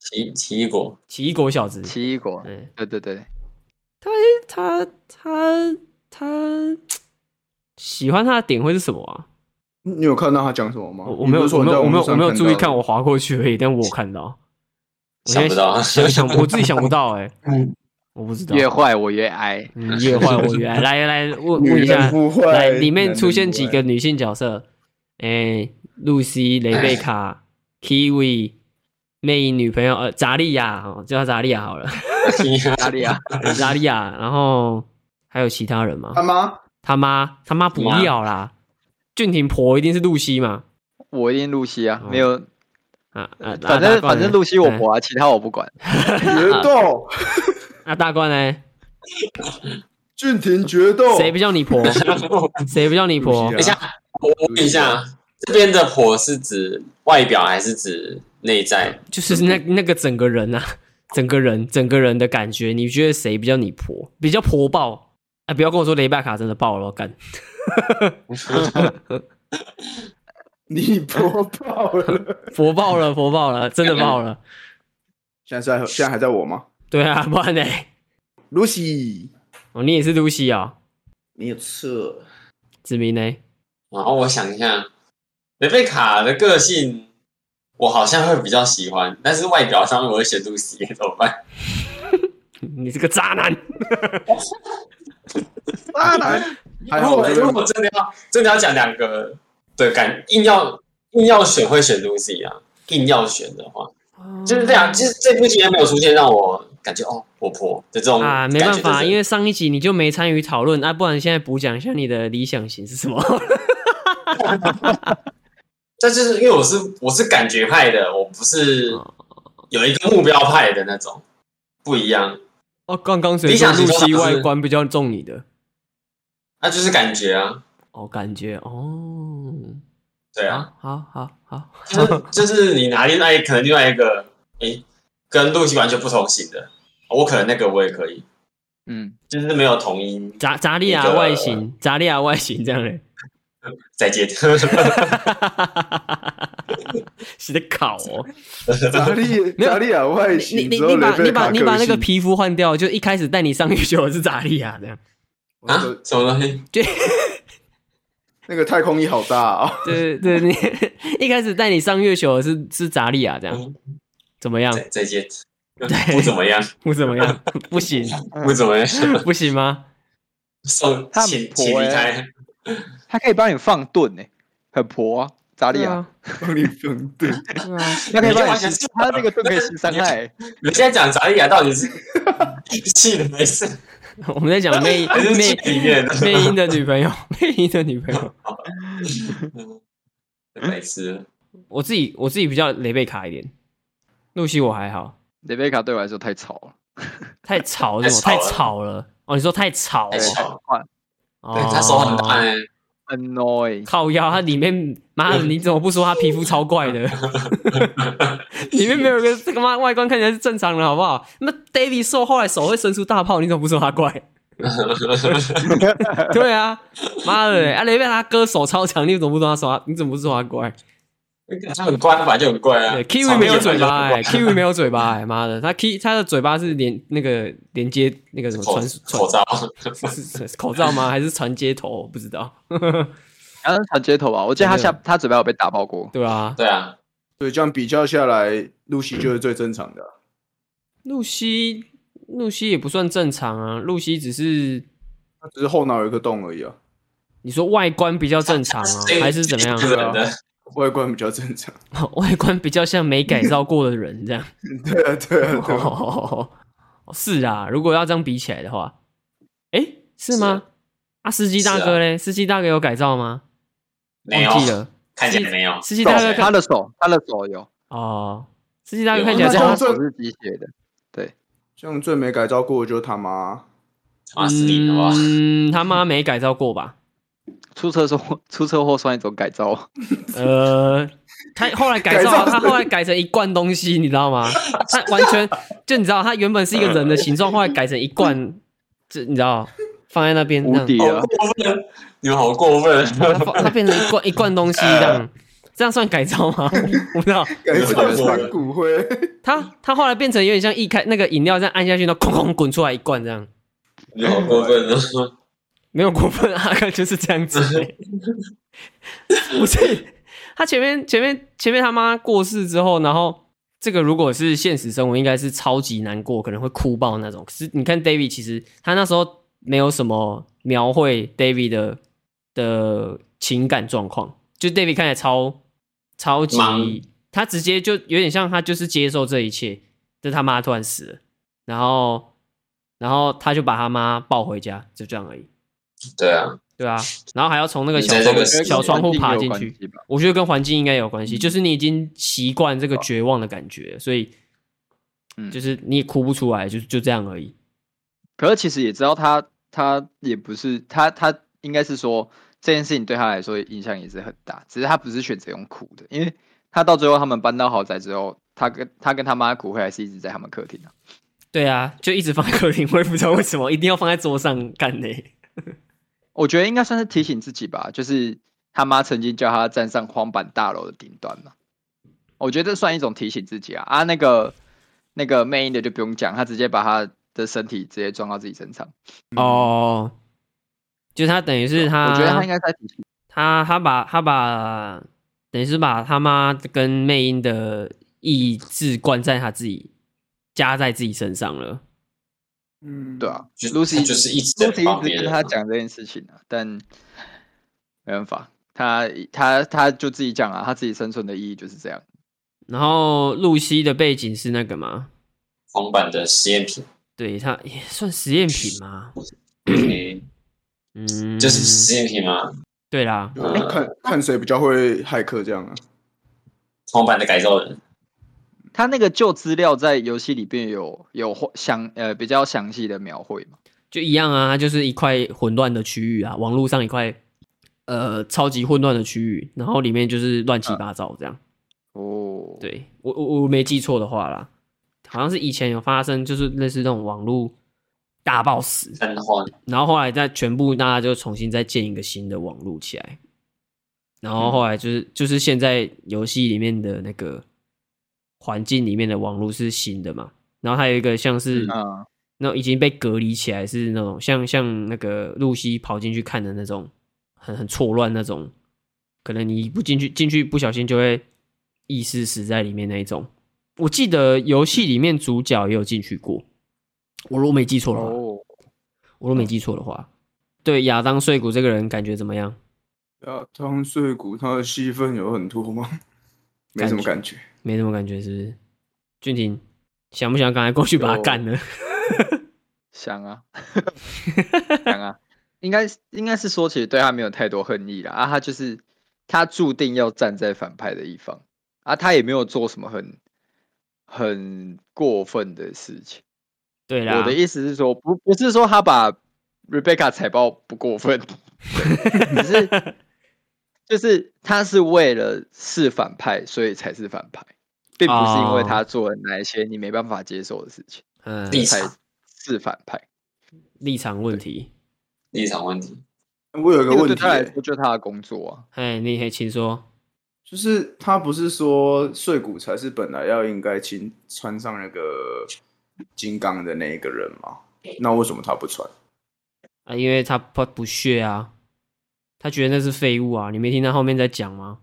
[SPEAKER 2] 奇奇异果，
[SPEAKER 1] 奇异果小子，
[SPEAKER 3] 奇异果，
[SPEAKER 1] 嗯，
[SPEAKER 3] 对对对，
[SPEAKER 1] 他他他喜欢他的点会是什么啊？
[SPEAKER 4] 嗯你有看到他讲什么吗？
[SPEAKER 1] 我我没有
[SPEAKER 4] 你不是
[SPEAKER 1] 我没
[SPEAKER 4] 啊说你在
[SPEAKER 1] 有我没有
[SPEAKER 4] 网络上
[SPEAKER 1] 我没有注意
[SPEAKER 4] 到
[SPEAKER 1] 看，我划过去而已，但我有看 到，我
[SPEAKER 2] 想
[SPEAKER 1] 现
[SPEAKER 2] 不
[SPEAKER 1] 在
[SPEAKER 2] 到，
[SPEAKER 1] 想想我自己想不到 哎、
[SPEAKER 2] 嗯
[SPEAKER 1] 我不知道。
[SPEAKER 3] 越坏我越 爱，
[SPEAKER 1] 嗯越坏我越爱。来来问
[SPEAKER 4] 女
[SPEAKER 1] 问一下
[SPEAKER 4] 人不，坏
[SPEAKER 1] 来里面出现
[SPEAKER 4] 男人不
[SPEAKER 1] 几个
[SPEAKER 4] 爱
[SPEAKER 1] 女性角色？哎，露西、雷贝卡、Kiwi、魅影女朋 友呃，扎利亚，哦叫她扎利亚好了，
[SPEAKER 3] 哪里啊？
[SPEAKER 1] 扎利亚。然后还有其他人吗
[SPEAKER 4] 他？妈
[SPEAKER 1] 他妈他妈不要啦！俊廷婆一定是露西嘛？
[SPEAKER 3] 我一定露西啊，
[SPEAKER 1] 哦
[SPEAKER 3] 没有，
[SPEAKER 1] 啊啊，啊
[SPEAKER 3] 反
[SPEAKER 1] 大冠
[SPEAKER 3] 正反
[SPEAKER 1] 呢
[SPEAKER 3] 正露西我
[SPEAKER 1] 对
[SPEAKER 3] 婆啊，其他我不管。
[SPEAKER 4] 决斗，
[SPEAKER 1] 那啊大冠呢？
[SPEAKER 4] 俊廷决
[SPEAKER 2] 哦
[SPEAKER 4] 斗，
[SPEAKER 1] 谁不叫你 婆？谁不叫你婆哎
[SPEAKER 4] 露
[SPEAKER 2] 等一？下，我我问一下，这边的婆是指外表还是指内在？
[SPEAKER 1] 就是那那个整个人啊，整个人整个人的感觉，你觉得谁比较你婆？比较婆爆？哎、不要跟我说雷拜卡真的爆了，干！
[SPEAKER 4] 你婆爆了？
[SPEAKER 1] 佛爆了， 佛爆了，真的爆了。
[SPEAKER 4] 现在在现在还在我吗
[SPEAKER 1] 对啊，不然呢？
[SPEAKER 4] ？Lucy，
[SPEAKER 1] 哦，你也是露西啊、
[SPEAKER 4] 没有错。
[SPEAKER 1] 子明呢？
[SPEAKER 2] 然后我想一下，雷贝卡的个性我好像会比较喜欢，但是外表上面我会选露西，怎么办？
[SPEAKER 1] 你是个渣男。
[SPEAKER 4] 渣男，还
[SPEAKER 2] 如
[SPEAKER 4] 好
[SPEAKER 2] 果
[SPEAKER 4] 我
[SPEAKER 2] 如
[SPEAKER 4] 就
[SPEAKER 2] 果真的要真的要讲两个的感，硬要硬要选会选 Lucy 啊，硬要选的话，
[SPEAKER 1] 哦
[SPEAKER 2] 就是这样，就是这部剧还没有出现让我感觉哦，我婆的这种
[SPEAKER 1] 啊，
[SPEAKER 2] 感
[SPEAKER 1] 没
[SPEAKER 2] 觉
[SPEAKER 1] 办法，
[SPEAKER 2] 就是
[SPEAKER 1] 因为上一集你就没参与讨论啊，不然现在补讲一下你的理想型是什么？
[SPEAKER 2] 但就是因为我是我是感觉派的，我不是
[SPEAKER 1] 哦
[SPEAKER 2] 有一个目标派的那种，不一样，
[SPEAKER 1] 哦，刚刚谁
[SPEAKER 2] 理
[SPEAKER 1] 说
[SPEAKER 2] 想
[SPEAKER 1] 露
[SPEAKER 2] 型
[SPEAKER 1] 西
[SPEAKER 2] 通常
[SPEAKER 1] 外
[SPEAKER 2] 是
[SPEAKER 1] 观比较中你的？
[SPEAKER 2] 那、就是感觉啊，
[SPEAKER 1] 哦，感觉哦，
[SPEAKER 2] 对啊。
[SPEAKER 1] 好好好好，
[SPEAKER 2] 就是就是你拿另外一可能另外一个，诶、跟露西完全不同型的，我可能那个我也可以，
[SPEAKER 3] 嗯，
[SPEAKER 2] 就是没有统一
[SPEAKER 1] 扎扎利亚
[SPEAKER 2] 一个
[SPEAKER 1] 啊外形，扎利亚外形这样嘞，
[SPEAKER 2] 再 啊见。
[SPEAKER 1] 啊是在考哦。
[SPEAKER 4] 查理
[SPEAKER 1] 没有
[SPEAKER 4] 查理亚外
[SPEAKER 1] 你
[SPEAKER 4] 形
[SPEAKER 1] 你
[SPEAKER 4] 之后
[SPEAKER 1] 你
[SPEAKER 4] 雷
[SPEAKER 1] 把你
[SPEAKER 4] 贝
[SPEAKER 1] 把
[SPEAKER 4] 卡
[SPEAKER 1] 你把那个
[SPEAKER 4] 个性
[SPEAKER 1] 皮肤换掉，就一开始带你上月球的是扎利亚这样。
[SPEAKER 4] 我
[SPEAKER 2] 啊
[SPEAKER 4] 那个，
[SPEAKER 2] 什么东
[SPEAKER 1] 嗯
[SPEAKER 2] 西？
[SPEAKER 4] 那个太空衣好大啊！
[SPEAKER 1] 对对，你 一开始带你上月球的是是扎利亚这样
[SPEAKER 2] 嗯，
[SPEAKER 1] 怎么样？
[SPEAKER 2] 再再见。不怎么样，
[SPEAKER 1] 不怎么样， 不行
[SPEAKER 2] 不怎 么样，
[SPEAKER 1] 不行 吗？
[SPEAKER 2] 送
[SPEAKER 3] 他很
[SPEAKER 2] 请
[SPEAKER 3] 婆
[SPEAKER 2] 请离
[SPEAKER 3] 欸
[SPEAKER 2] 开。
[SPEAKER 3] 他可以帮你放盾呢，很婆啊，扎利亚，
[SPEAKER 4] 帮你分对，
[SPEAKER 1] 对啊，
[SPEAKER 3] 他可以
[SPEAKER 2] 你就
[SPEAKER 3] 帮你
[SPEAKER 2] 完全
[SPEAKER 3] 吸
[SPEAKER 2] 是，
[SPEAKER 3] 他那个盾可以吸伤害。
[SPEAKER 2] 你现在讲查理亚到底是气的没事，
[SPEAKER 1] 我们在讲魅
[SPEAKER 2] 还是气
[SPEAKER 1] 魅
[SPEAKER 2] 里面的？
[SPEAKER 1] 魅音的女朋友， 魅音的女朋友。
[SPEAKER 2] 没事，
[SPEAKER 1] 我自己我自己比较雷贝卡一点，露西我还好，
[SPEAKER 3] 雷贝卡对我来说太吵了，
[SPEAKER 1] 太吵是吗？太
[SPEAKER 2] 太
[SPEAKER 1] 吵
[SPEAKER 2] 吵了
[SPEAKER 1] 了哦，你说太吵
[SPEAKER 2] 太
[SPEAKER 1] 哦，
[SPEAKER 2] 吵
[SPEAKER 3] 很快
[SPEAKER 1] 哦
[SPEAKER 2] 对他手很大哎，
[SPEAKER 3] annoy。
[SPEAKER 1] 靠腰，它里面妈 的，你怎么不说它皮肤超怪的？里面没有一个这个妈外观看起来是正常的，好不好？那 David 瘦后来手会伸出大炮，你怎么不说他 怪？对啊，妈的，啊雷贝卡哥手超长，你怎么不说他手啊？你怎么不说他 怪？
[SPEAKER 2] 他很乖，他本来就很怪啊。
[SPEAKER 1] 对
[SPEAKER 2] 草
[SPEAKER 1] ，Kiwi
[SPEAKER 2] 莓
[SPEAKER 1] 没有
[SPEAKER 2] 也本
[SPEAKER 1] 嘴
[SPEAKER 2] 来就
[SPEAKER 1] 巴
[SPEAKER 2] 很
[SPEAKER 1] 哎
[SPEAKER 2] 怪
[SPEAKER 1] ，Kiwi 没有嘴巴哎，妈的，他 K 他的嘴巴是连那个连接那欸个什么
[SPEAKER 2] 口
[SPEAKER 1] 传
[SPEAKER 2] 口
[SPEAKER 1] 传
[SPEAKER 2] 罩，
[SPEAKER 1] 是是是口罩吗？还是传接头？我不知道。
[SPEAKER 3] 然后传接头啊吧，我记得他下他嘴巴有被打爆过。
[SPEAKER 1] 对啊，
[SPEAKER 2] 对啊，
[SPEAKER 4] 所以这样比较下来，露西就是最正常的啊。
[SPEAKER 1] 露西露西也不算正常啊，露西只是
[SPEAKER 4] 她只是后脑有一个洞而已啊，
[SPEAKER 1] 你说外观比较正常啊，还是怎么样？啊
[SPEAKER 2] 是人的，
[SPEAKER 4] 外观比较正常。
[SPEAKER 1] 外观比较像没改造过的人这样。
[SPEAKER 4] 对啊，对啊，对啊。
[SPEAKER 1] 哦，是啊，如果要这样比起来的话，哎，是吗
[SPEAKER 2] 是？
[SPEAKER 1] 啊，司机大
[SPEAKER 2] 是啊
[SPEAKER 1] 哥嘞？司机大哥有改造吗？
[SPEAKER 2] 没有
[SPEAKER 1] 忘记了，
[SPEAKER 2] 看起来没有。
[SPEAKER 1] 司机大哥
[SPEAKER 2] 对
[SPEAKER 1] 看
[SPEAKER 3] 他的手，他的手有，
[SPEAKER 1] 哦，司机大哥
[SPEAKER 2] 有
[SPEAKER 1] 看起
[SPEAKER 3] 但
[SPEAKER 1] 来
[SPEAKER 4] 那
[SPEAKER 1] 是
[SPEAKER 3] 是
[SPEAKER 4] 这
[SPEAKER 3] 他
[SPEAKER 4] 样
[SPEAKER 1] 他
[SPEAKER 3] 的手是机械的。
[SPEAKER 4] 像最没改造过的就是他妈，
[SPEAKER 2] 啊，死定了吧？
[SPEAKER 1] 嗯，他妈没改造过吧？
[SPEAKER 3] 出车祸，出车祸算一种改造。
[SPEAKER 1] 呃，他后来改
[SPEAKER 4] 改
[SPEAKER 1] 造，
[SPEAKER 4] 造
[SPEAKER 1] 他后来改成一罐东西，你知道吗？他完全就你知道，他原本是一个人的形状，后来改成一罐，这你知道，放在那边这
[SPEAKER 3] 无
[SPEAKER 1] 样
[SPEAKER 3] 敌
[SPEAKER 2] 好
[SPEAKER 3] 了，
[SPEAKER 2] 过分！你们好过分！啊
[SPEAKER 1] 他放他变成一罐一罐东西这样，这样算改造 吗？我我不知道，
[SPEAKER 4] 改 造成骨灰，
[SPEAKER 1] 他他后来变成有点像一开那个饮料这样按下去，然后哐哐滚出来一罐这样，
[SPEAKER 2] 你们好过分哦！
[SPEAKER 1] 没有过分啊，就是这样子、不是，他前面前面前面他妈过世之后，然后这个如果是现实生活，应该是超级难过，可能会哭爆那种。可是你看 David，其实他那时候没有什么描绘 David 的的情感状况，就 David 看起来超超级
[SPEAKER 2] 忙，
[SPEAKER 1] 他直接就有点像他就是接受这一切，就他妈突然死了，然后然后他就把他妈抱回家，就这样而已，
[SPEAKER 2] 对啊，
[SPEAKER 1] 对 啊，然后还要从那个小
[SPEAKER 2] 你在
[SPEAKER 1] 窗户
[SPEAKER 2] 这个
[SPEAKER 3] 我觉得
[SPEAKER 1] 小
[SPEAKER 3] 跟
[SPEAKER 1] 窗户
[SPEAKER 3] 环境
[SPEAKER 1] 爬
[SPEAKER 3] 有
[SPEAKER 1] 进
[SPEAKER 3] 关
[SPEAKER 1] 去，
[SPEAKER 3] 系嗯吧。
[SPEAKER 1] 我觉得跟环境应该有关系，就是你已经习惯这个绝望的感觉，所以
[SPEAKER 3] 嗯
[SPEAKER 1] 就是你也哭不出来，就就这样而已。
[SPEAKER 3] 可是其实也知道他，他也不是他，他应该是说这件事情对他来说影响也是很大，只是他不是选择用哭的，因为他到最后他们搬到豪宅之后，他跟他跟他妈骨灰还是一直在他们客厅啊。
[SPEAKER 1] 对啊，就一直放在客厅，我也不知道为什么一定要放在桌上干呢、
[SPEAKER 3] 我觉得应该算是提醒自己吧，就是他妈曾经叫他站上荒坂大楼的顶端嘛，我觉得这算一种提醒自己啊啊那个那个魅影的就不用讲，他直接把他的身体直接撞到自己身上，
[SPEAKER 1] 哦，就是他等于是他，
[SPEAKER 3] 嗯我觉得他应该在提醒，
[SPEAKER 1] 他他把他把等于是把他妈跟魅音的意志灌在他自己，加在自己身上了。
[SPEAKER 4] 嗯，
[SPEAKER 3] 对，啊
[SPEAKER 2] 就
[SPEAKER 3] ，Lucy
[SPEAKER 2] 就是一直在
[SPEAKER 3] 朱迪
[SPEAKER 2] 帮
[SPEAKER 3] 一
[SPEAKER 2] 别
[SPEAKER 3] 直
[SPEAKER 2] 人
[SPEAKER 3] 跟他讲这件事情啊，但没办法，他他他就自己讲啊，他自己生存的意义就是这样。
[SPEAKER 1] 然后露西的背景是那个嘛，
[SPEAKER 2] 黄版的实验品，
[SPEAKER 1] 对他也算实验品嘛，
[SPEAKER 2] 嗯
[SPEAKER 1] 嗯，
[SPEAKER 2] 就是实验品嘛，
[SPEAKER 1] 对啦，
[SPEAKER 4] 就要看看谁比较会骇客这样啊。
[SPEAKER 2] 黄版的改造人，嗯
[SPEAKER 3] 他那个旧资料在游戏里边有有画详呃比较详细的描绘嘛，
[SPEAKER 1] 就一样啊，它就是一块混乱的区域啊，网络上一块呃超级混乱的区域，然后里面就是乱
[SPEAKER 2] 嗯
[SPEAKER 1] 七八糟这样。
[SPEAKER 3] 哦，，
[SPEAKER 1] 对我我我没记错的话啦，好像是以前有发生，就是类似这种网络大暴死，
[SPEAKER 2] 但后
[SPEAKER 1] 然后后来再全部大家就重新再建一个新的网络起来，然后后来就是、就是现在游戏里面的那个环境里面的网络是新的嘛，然后还有一个像是、
[SPEAKER 3] 嗯，
[SPEAKER 1] 那已经被隔离起来，是那种像像那个露西跑进去看的那种，很很错乱那种，可能你不进去，进去不小心就会意识死在里面那一种。我记得游戏里面主角也有进去过，我如果没记错的话，
[SPEAKER 3] 哦，
[SPEAKER 1] 我如果没记错的话，对亚当碎骨这个人感觉怎么样？
[SPEAKER 4] 啊，汤碎骨它的戏份有很多吗？ 没什么感觉。
[SPEAKER 1] 没什么感觉，是不是？俊廷想不想赶快过去把他
[SPEAKER 3] 有
[SPEAKER 1] 干了？
[SPEAKER 3] 想啊，想啊，应该是应该是说其实对他没有太多恨意啦，啊，他就是他注定要站在反派的一方，啊，他也没有做什么很很过分的事情。
[SPEAKER 1] 对啊啦，
[SPEAKER 3] 我的意思是说，不不是说他把 Rebecca 踩爆不过分， 只是就是他是为了是反派，所以才是反派，并不是因为
[SPEAKER 1] 哦
[SPEAKER 3] 他做了哪一些你没办法接受的事情
[SPEAKER 1] 嗯
[SPEAKER 2] 立
[SPEAKER 3] 才
[SPEAKER 2] 场
[SPEAKER 3] 是反派。
[SPEAKER 1] 立场问题。
[SPEAKER 2] 立场问题，
[SPEAKER 4] 我有一个
[SPEAKER 3] 这个
[SPEAKER 4] 问
[SPEAKER 3] 对
[SPEAKER 4] 题
[SPEAKER 3] 他来
[SPEAKER 4] 欸、
[SPEAKER 3] 说就是他的工作啊。
[SPEAKER 1] 哎，你嘿，请说。
[SPEAKER 4] 就是他不是说碎骨才是本来要应该亲穿上那个金刚的那一个人吗？那为什么他不穿？
[SPEAKER 1] 啊，因为他不不屑啊，他觉得那是废物啊。你没听他后面在讲吗？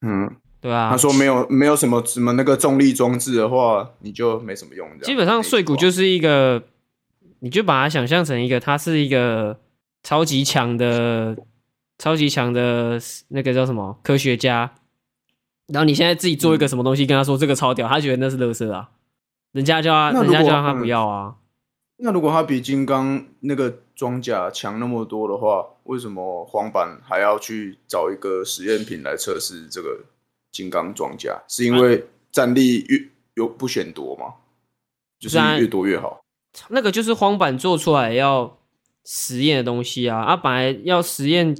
[SPEAKER 4] 嗯，
[SPEAKER 1] 对啊，
[SPEAKER 4] 他说没有没有什么什么那个重力装置的话，你就没什么用这样。
[SPEAKER 1] 基本上碎骨就是是一个，你就把它想象成一个，他是一个超级强的、超级强的那个叫什么科学家。然后你现在自己做一
[SPEAKER 4] 嗯
[SPEAKER 1] 个什么东西，跟他说这个超屌，他觉得那是垃圾啊，人家叫他，
[SPEAKER 4] 那
[SPEAKER 1] 人
[SPEAKER 4] 如
[SPEAKER 1] 家
[SPEAKER 4] 果
[SPEAKER 1] 叫他
[SPEAKER 4] 嗯
[SPEAKER 1] 不要啊。
[SPEAKER 4] 那如果他比金刚那个装甲强那么多的话，为什么黄板还要去找一个实验品来测试这个金刚装甲？是因为战力越有不选夺吗？就是
[SPEAKER 1] 是啊
[SPEAKER 4] 越多越好。
[SPEAKER 1] 那个就是荒板做出来要实验的东西啊，啊，本来要实验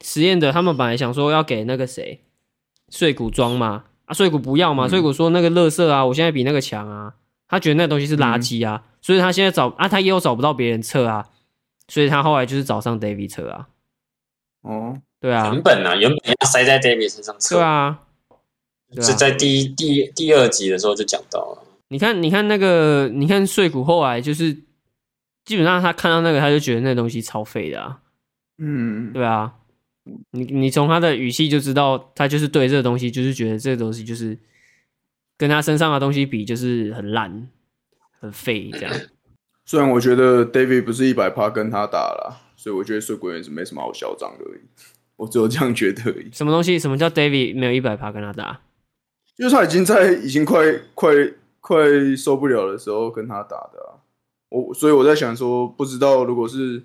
[SPEAKER 1] 实验的，他们本来想说要给那个谁碎骨装嘛，啊，碎骨不要嘛，
[SPEAKER 4] 嗯
[SPEAKER 1] 碎骨说那个垃圾啊，我现在比那个强啊，他觉得那东西是垃圾啊，所以他现在找啊，他也有找不到别人测啊，所以他后来就是找上 David 测啊，
[SPEAKER 4] 哦，
[SPEAKER 1] 对啊，
[SPEAKER 2] 原本啊，原本要塞在 David 身上测，
[SPEAKER 1] 对啊，对
[SPEAKER 2] 是
[SPEAKER 1] 啊
[SPEAKER 2] 在第一第第二集的时候就讲到了，
[SPEAKER 1] 你看，你看那个，你看碎骨后来就是基本上他看到那个，他就觉得那东西超废的啊。
[SPEAKER 4] 嗯，
[SPEAKER 1] 对啊，你你从他的语气就知道，他就是对这个东西，就是觉得这个东西就是跟他身上的东西比，就是很烂、很废这样。
[SPEAKER 4] 虽然我觉得 David 不是一百趴跟他打啦，所以我觉得碎鬼也是没什么好嚣张的而已。我只有这样觉得而已，
[SPEAKER 1] 什么东西？什么叫 David 没有一百趴跟他打？
[SPEAKER 4] 就是他已经在已经快快快受不了的时候跟他打的啊。我所以我在想说，不知道如果是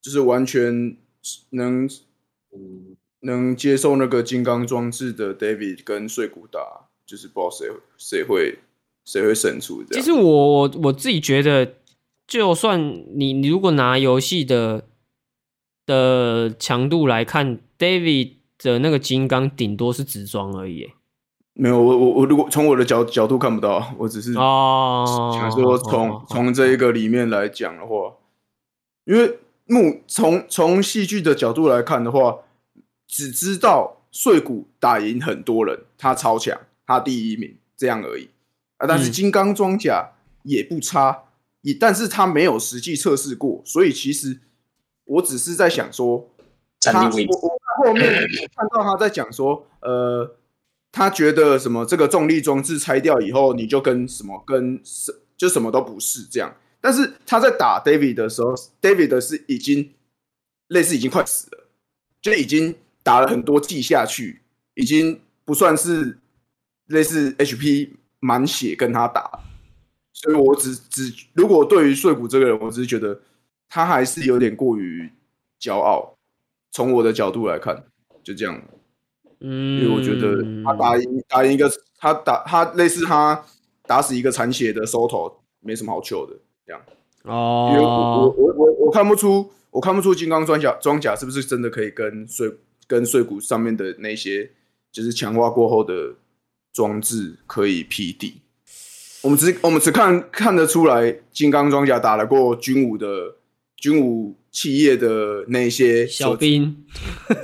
[SPEAKER 4] 就是完全能
[SPEAKER 2] 嗯，
[SPEAKER 4] 能接受那个金刚装置的 David 跟碎骨打，就是不知道谁谁会谁会胜出这
[SPEAKER 1] 其
[SPEAKER 4] 样。
[SPEAKER 1] 实我我我自己觉得，就算你你如果拿游戏的的强度来看，David 的那个金刚顶多是直装而已欸耶。
[SPEAKER 4] 没有我我我如果从我的角角度看不到，我只是
[SPEAKER 1] 哦，
[SPEAKER 4] 想说从从这一个里面来讲的话，因为目从从戏剧的角度来看的话，只知道碎骨打赢很多人，他超强，他第一名这样而已啊。但是
[SPEAKER 1] 嗯
[SPEAKER 4] 金刚装甲也不差，也但是他没有实际测试过，所以其实我只是在想说，
[SPEAKER 2] 产
[SPEAKER 4] 他
[SPEAKER 2] 地
[SPEAKER 4] 我
[SPEAKER 2] 不一，
[SPEAKER 4] 我看后面看到他在讲说，呃，他觉得什么这个重力装置拆掉以后，你就跟什么跟什就什么都不是这样。但是他在打 David 的时候，David 是已经类似已经快死了，就已经打了很多季下去，已经不算是类似 HP 满血跟他打，所以我只只如果对于碎骨这个人，我只是觉得他还是有点过于骄傲。从我的角度来看，就这样，因
[SPEAKER 1] 嗯，
[SPEAKER 4] 为我觉得他打赢打赢一个他打他类似他打死一个残血的收头，没什么好求的。这样，因为我我
[SPEAKER 1] 哦，
[SPEAKER 4] 我我我看不出我看不出金刚装甲装甲是不是真的可以跟碎跟碎骨上面的那些就是强化过后的装置可以匹敌。我们只我们只看看得出来，金刚装甲打得过军武的军武企业的那些
[SPEAKER 1] 小
[SPEAKER 4] 设计
[SPEAKER 1] 兵，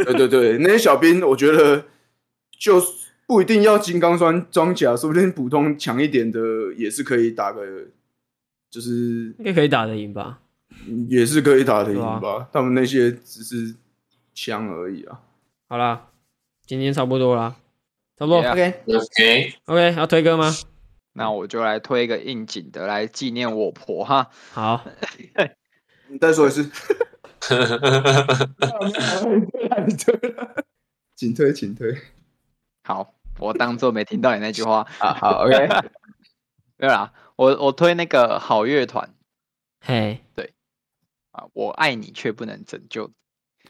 [SPEAKER 4] 对对对，那些小兵，我觉得就不一定要金刚装装甲，说不定普通强一点的也是可以打个，就是
[SPEAKER 1] 应该可以打得赢吧？
[SPEAKER 4] 也是可以打得赢
[SPEAKER 1] 对啊
[SPEAKER 4] 吧。他们那些只是枪而已啊。
[SPEAKER 1] 好啦，今天差不多啦，差不多。
[SPEAKER 3] Yeah
[SPEAKER 4] OK，
[SPEAKER 2] OK，
[SPEAKER 1] OK，要推歌吗？
[SPEAKER 3] 那我就来推一个应景的来纪念我婆哈。
[SPEAKER 1] 好，
[SPEAKER 4] 你再说一 次，请推，请推。
[SPEAKER 3] 好，我当做没听到你那句话。
[SPEAKER 4] 啊，好，OK，
[SPEAKER 3] 没有啦，我我推那个好乐团
[SPEAKER 1] 嘿，
[SPEAKER 3] 啊，我爱你却不能拯救。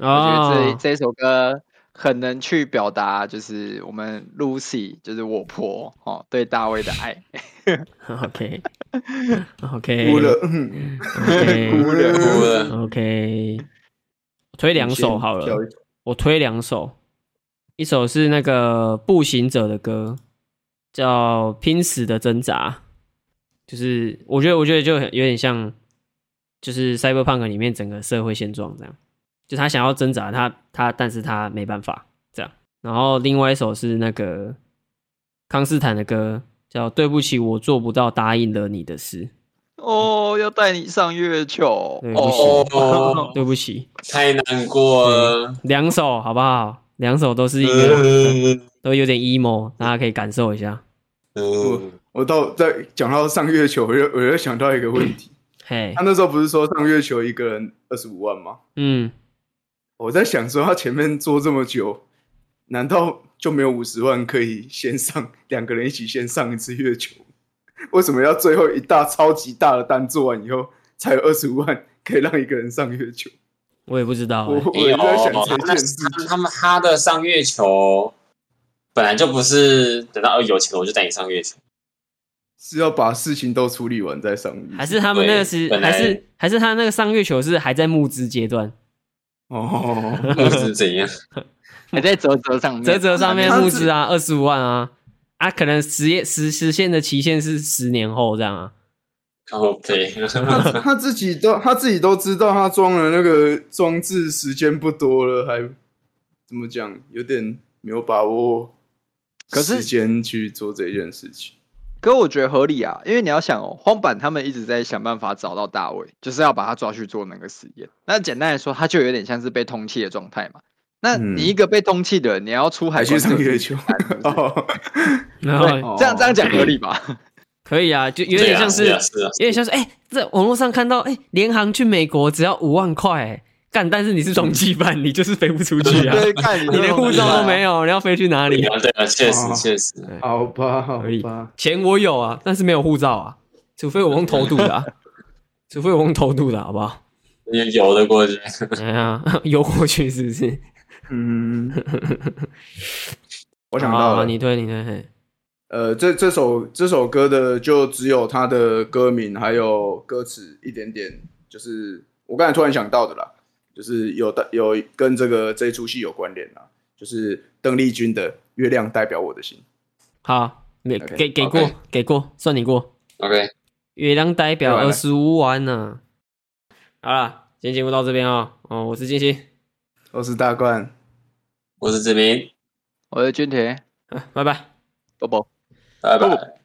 [SPEAKER 3] 我觉得这
[SPEAKER 1] 哦，
[SPEAKER 3] 这首歌很能去表达，就是我们 Lucy，就是我婆哦，对大卫的爱。
[SPEAKER 1] OK，OK，
[SPEAKER 4] 哭
[SPEAKER 1] 哎
[SPEAKER 4] 了。嗯
[SPEAKER 1] OK，
[SPEAKER 4] 哭了
[SPEAKER 2] 哭了，
[SPEAKER 1] OK，推两首好
[SPEAKER 4] 跳一
[SPEAKER 1] 了，
[SPEAKER 4] 首
[SPEAKER 1] 我推两首，一首是那个步行者的歌，叫《拼死的挣扎》，就是我觉得，我觉得就很有点像，就是《Cyberpunk》里面整个社会现状这样，就他想要挣扎，他他，但是他没办法这样。然后另外一首是那个康斯坦的歌，叫《对不起，我做不到答应了你的事》。
[SPEAKER 3] 哦，要带你上月球
[SPEAKER 1] 对不行
[SPEAKER 3] 哦，
[SPEAKER 2] 哦，
[SPEAKER 1] 对不起，
[SPEAKER 2] 太难过了。
[SPEAKER 1] 两首好不好？两首都是一个，
[SPEAKER 2] 嗯
[SPEAKER 1] 都有点 emo，大家可以感受一下。
[SPEAKER 2] 嗯，
[SPEAKER 4] 我到在讲到上月球，我又我又想到一个问题，
[SPEAKER 1] 嘿
[SPEAKER 4] 他，那时候不是说上月球一个人二十五万吗？
[SPEAKER 1] 嗯，
[SPEAKER 4] 我在想说，他前面做这么久，难道就没有五十万可以先上两个人一起先上一次月球？ 为什么要最后一大超级大的单做完以后，才有二十五万可以让一个人上月球？
[SPEAKER 1] 我也不知道
[SPEAKER 4] 我
[SPEAKER 1] 欸、
[SPEAKER 4] 我
[SPEAKER 2] 没
[SPEAKER 4] 就
[SPEAKER 2] 有，
[SPEAKER 4] 在想
[SPEAKER 2] 哎他
[SPEAKER 4] 这
[SPEAKER 2] 们
[SPEAKER 4] 件事情。
[SPEAKER 2] 他们他的上月球本来就不是等到哦有钱了我就带你上月球，
[SPEAKER 4] 是要把事情都处理完再上月球，
[SPEAKER 1] 还是他们那个是
[SPEAKER 2] 对本
[SPEAKER 1] 还
[SPEAKER 2] 来
[SPEAKER 1] 是还是他那个上月球是还在募资阶段，
[SPEAKER 4] 哦？
[SPEAKER 2] 不是怎样？
[SPEAKER 3] 还在泽泽上面，
[SPEAKER 1] 泽泽上面
[SPEAKER 4] 他是
[SPEAKER 1] 募资啊，二十五万啊，啊，可能实业实实现的期限是十年后这样啊。
[SPEAKER 2] OK，
[SPEAKER 4] 他他自己都他自己都知道，他装了那个装置时间不多了，还怎么讲？有点没有把握，
[SPEAKER 3] 可是
[SPEAKER 4] 时间去做这件事情。
[SPEAKER 3] 可我觉得合理啊，因为你要想哦，荒坂他们一直在想办法找到大卫，就是要把他抓去做那个实验。那简单来说，他就有点像是被通气的状态嘛。那
[SPEAKER 4] 嗯
[SPEAKER 3] 你一个被通气的人，你要出海
[SPEAKER 4] 海去
[SPEAKER 3] 关
[SPEAKER 4] 上
[SPEAKER 3] 这个
[SPEAKER 4] 月
[SPEAKER 3] 事
[SPEAKER 4] 球
[SPEAKER 3] 情难是不是
[SPEAKER 4] 哦，
[SPEAKER 1] 然
[SPEAKER 3] 对
[SPEAKER 1] 后
[SPEAKER 3] 这样这样讲合 理吧？
[SPEAKER 1] 可以啊，就有点像是
[SPEAKER 2] 对
[SPEAKER 1] 有
[SPEAKER 2] 啊是啊，
[SPEAKER 1] 点像是哎、在网络上看到哎、联航去美国只要五万块、欸，干，但是你是中继办，你就是飞不出去啊。
[SPEAKER 3] 对，看你
[SPEAKER 1] 你连护照都没
[SPEAKER 3] 有，
[SPEAKER 1] 有，你要飞去哪
[SPEAKER 2] 对
[SPEAKER 1] 里？
[SPEAKER 2] 啊对啊，确实
[SPEAKER 4] 哦
[SPEAKER 2] 确实，
[SPEAKER 4] 好吧，好
[SPEAKER 1] 可以
[SPEAKER 4] 吧，
[SPEAKER 1] 钱我有啊，但是没有护照啊，除非我用偷渡的、啊。除非我用偷渡的好不好？
[SPEAKER 2] 你游的过去，
[SPEAKER 1] 哎呀， 游过去是不是？
[SPEAKER 4] 嗯，我
[SPEAKER 1] 我
[SPEAKER 4] 想到了，
[SPEAKER 1] 你对，你对，嘿
[SPEAKER 4] 呃，这这首这首歌的就只有它的歌名还有歌词一点点，就是我刚才突然想到的啦，就是有的有跟这个这一出戏有关联啦，就是邓丽君的《月亮代表我的心》。
[SPEAKER 1] 好，没
[SPEAKER 4] OK，
[SPEAKER 1] 给给过
[SPEAKER 2] OK，
[SPEAKER 1] 给过，算你过。
[SPEAKER 2] OK，
[SPEAKER 1] 月亮代表
[SPEAKER 4] 对
[SPEAKER 1] 二
[SPEAKER 4] 完了
[SPEAKER 1] 十五万呢、好了，今天节目到这边啊、哦。我是金星，
[SPEAKER 4] 我是大冠，
[SPEAKER 2] 我是子明，
[SPEAKER 3] 我的军田，
[SPEAKER 1] 啊拜拜。
[SPEAKER 3] 啵啵。
[SPEAKER 2] 拜拜。
[SPEAKER 3] 哦